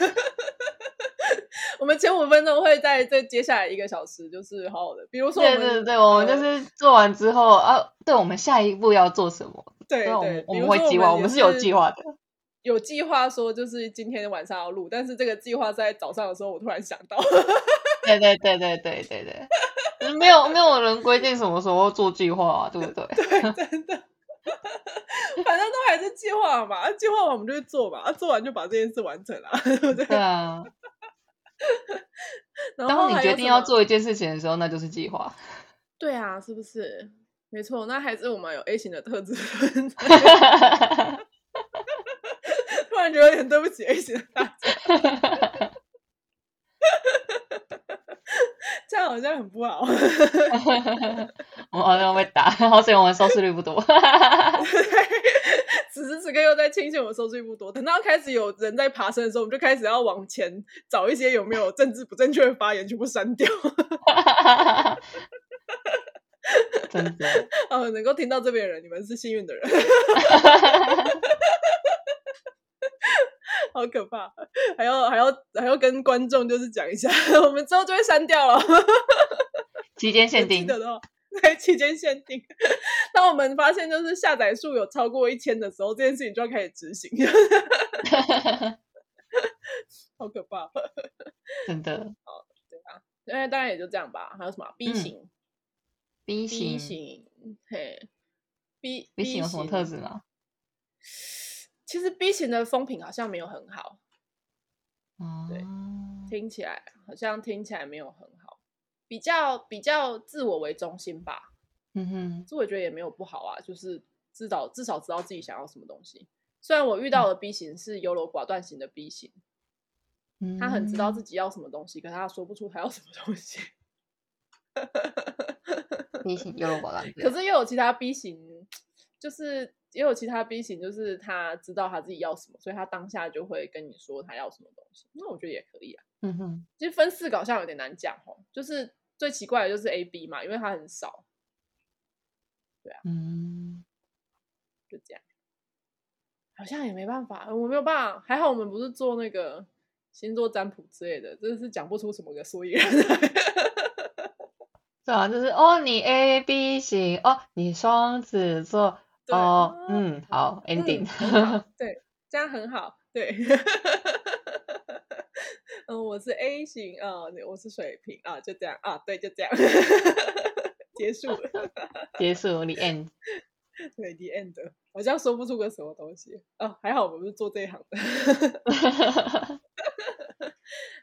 我们前五分钟会在这接下来一个小时，就是好好的，比如说我
对
们
对对，我们就
呃
是做完之后啊，对我们下一步要做什么？
对
对，啊我
对
们，我
比
们
如
会
说
计划，我
也
们是有计划的。
有计划说就是今天晚上要录，但是这个计划在早上的时候，我突然想到，
对对对对对对对，就是没有没有人规定什么时候做计划啊，对不 对？
真的，反正都还是计划嘛，啊计划完我们就去做嘛，啊做完就把这件事完成了、
对啊，
然后
当你
还
决
有
定
什
要
么
做一件事情的时候，那就是计划。
对啊，是不是？没错，那还是我们有 A 型的特质存在。突然觉得有点对不起 A 型的大家， 这样好像很不好。
我好像被打，好险我们收视率不多。
此时此刻又在庆幸我收视率不多，等到开始有人在爬升的时候，我们就开始要往前找一些有没有政治不正确的发言，全部删掉。
真的，
呃，能够听到这边的人，你们是幸运的人， 好可怕！还要还要还要跟观众就是讲一下，我们之后就会删掉了。
期间限
有记
定，
得的话，对，期间限定。当我们发现就是下载数有超过一千的时候，这件事情就要开始执行，好可怕。
真的。
因为当然也就这样吧。还有什么啊 B
嗯
型、
B
B
型
型，嘿，B
，B 型有什么特质？吗？
其实 B 型的风评好像没有很好，对
哦
听起来好像听起来没有很好，比较比较自我为中心吧。
嗯哼，
这我觉得也没有不好啊，就是至少至少知道自己想要什么东西。虽然我遇到的 B 型是优柔寡断型的 B 型，
嗯
他很知道自己要什么东西，可是他说不出他要什么东西。
嗯 B 型优柔寡断，
可是又有其他 B 型，就是也有其他 B 型，就是他知道他自己要什么，所以他当下就会跟你说他要什么东西。那我觉得也可以啊。
嗯哼，
其实分四个好像有点难讲哦，就是最奇怪的就是 A、B 嘛，因为它很少，
嗯，
就这样。好像也没办法，呃我没有办法。还好我们不是做那个星座占卜之类的，真的是讲不出什么个所以然来。
对啊，就是哦，你 A B 型，哦，你双子座，
对
哦，
啊
嗯，好
嗯，
，ending，
很好对，这样很好，对。 嗯，我是 A 型啊、我是水瓶啊、就这样啊，对，就这样， 结束了，
结束，你 end，
对，the end，好像说不出个什么东西啊，还好我们不是做这一行的。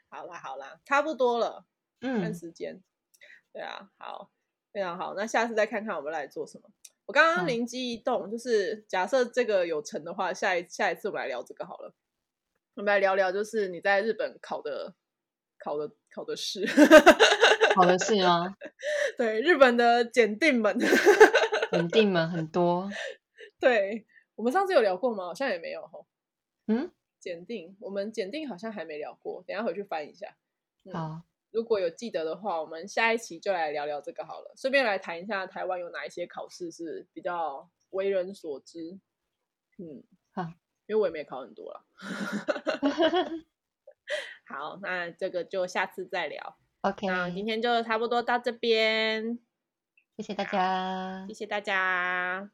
好啦，好啦，差不多了，看
嗯，
时间。对啊，好，非常好，那下次再看看我们来做什么。我刚
好
刚灵机一动，就是假设这个有成的话，下一下一次我们来聊这个好了。我们来聊聊，就是你在日本考的、考的、考的试，
好的哦是吗？
对日本的检定们，
肯定们很多，
对我们上次有聊过吗？好像也没有吼。
嗯，
检定，我们检定好像还没聊过，等一下回去翻一下。嗯
好，
如果有记得的话，我们下一期就来聊聊这个好了，顺便来谈一下台湾有哪一些考试是比较为人所知。嗯，
好，
因为我也没考很多了。 好，那这个就下次再聊。
，OK，
那今天就差不多到这边，
谢谢大家
谢。谢大家。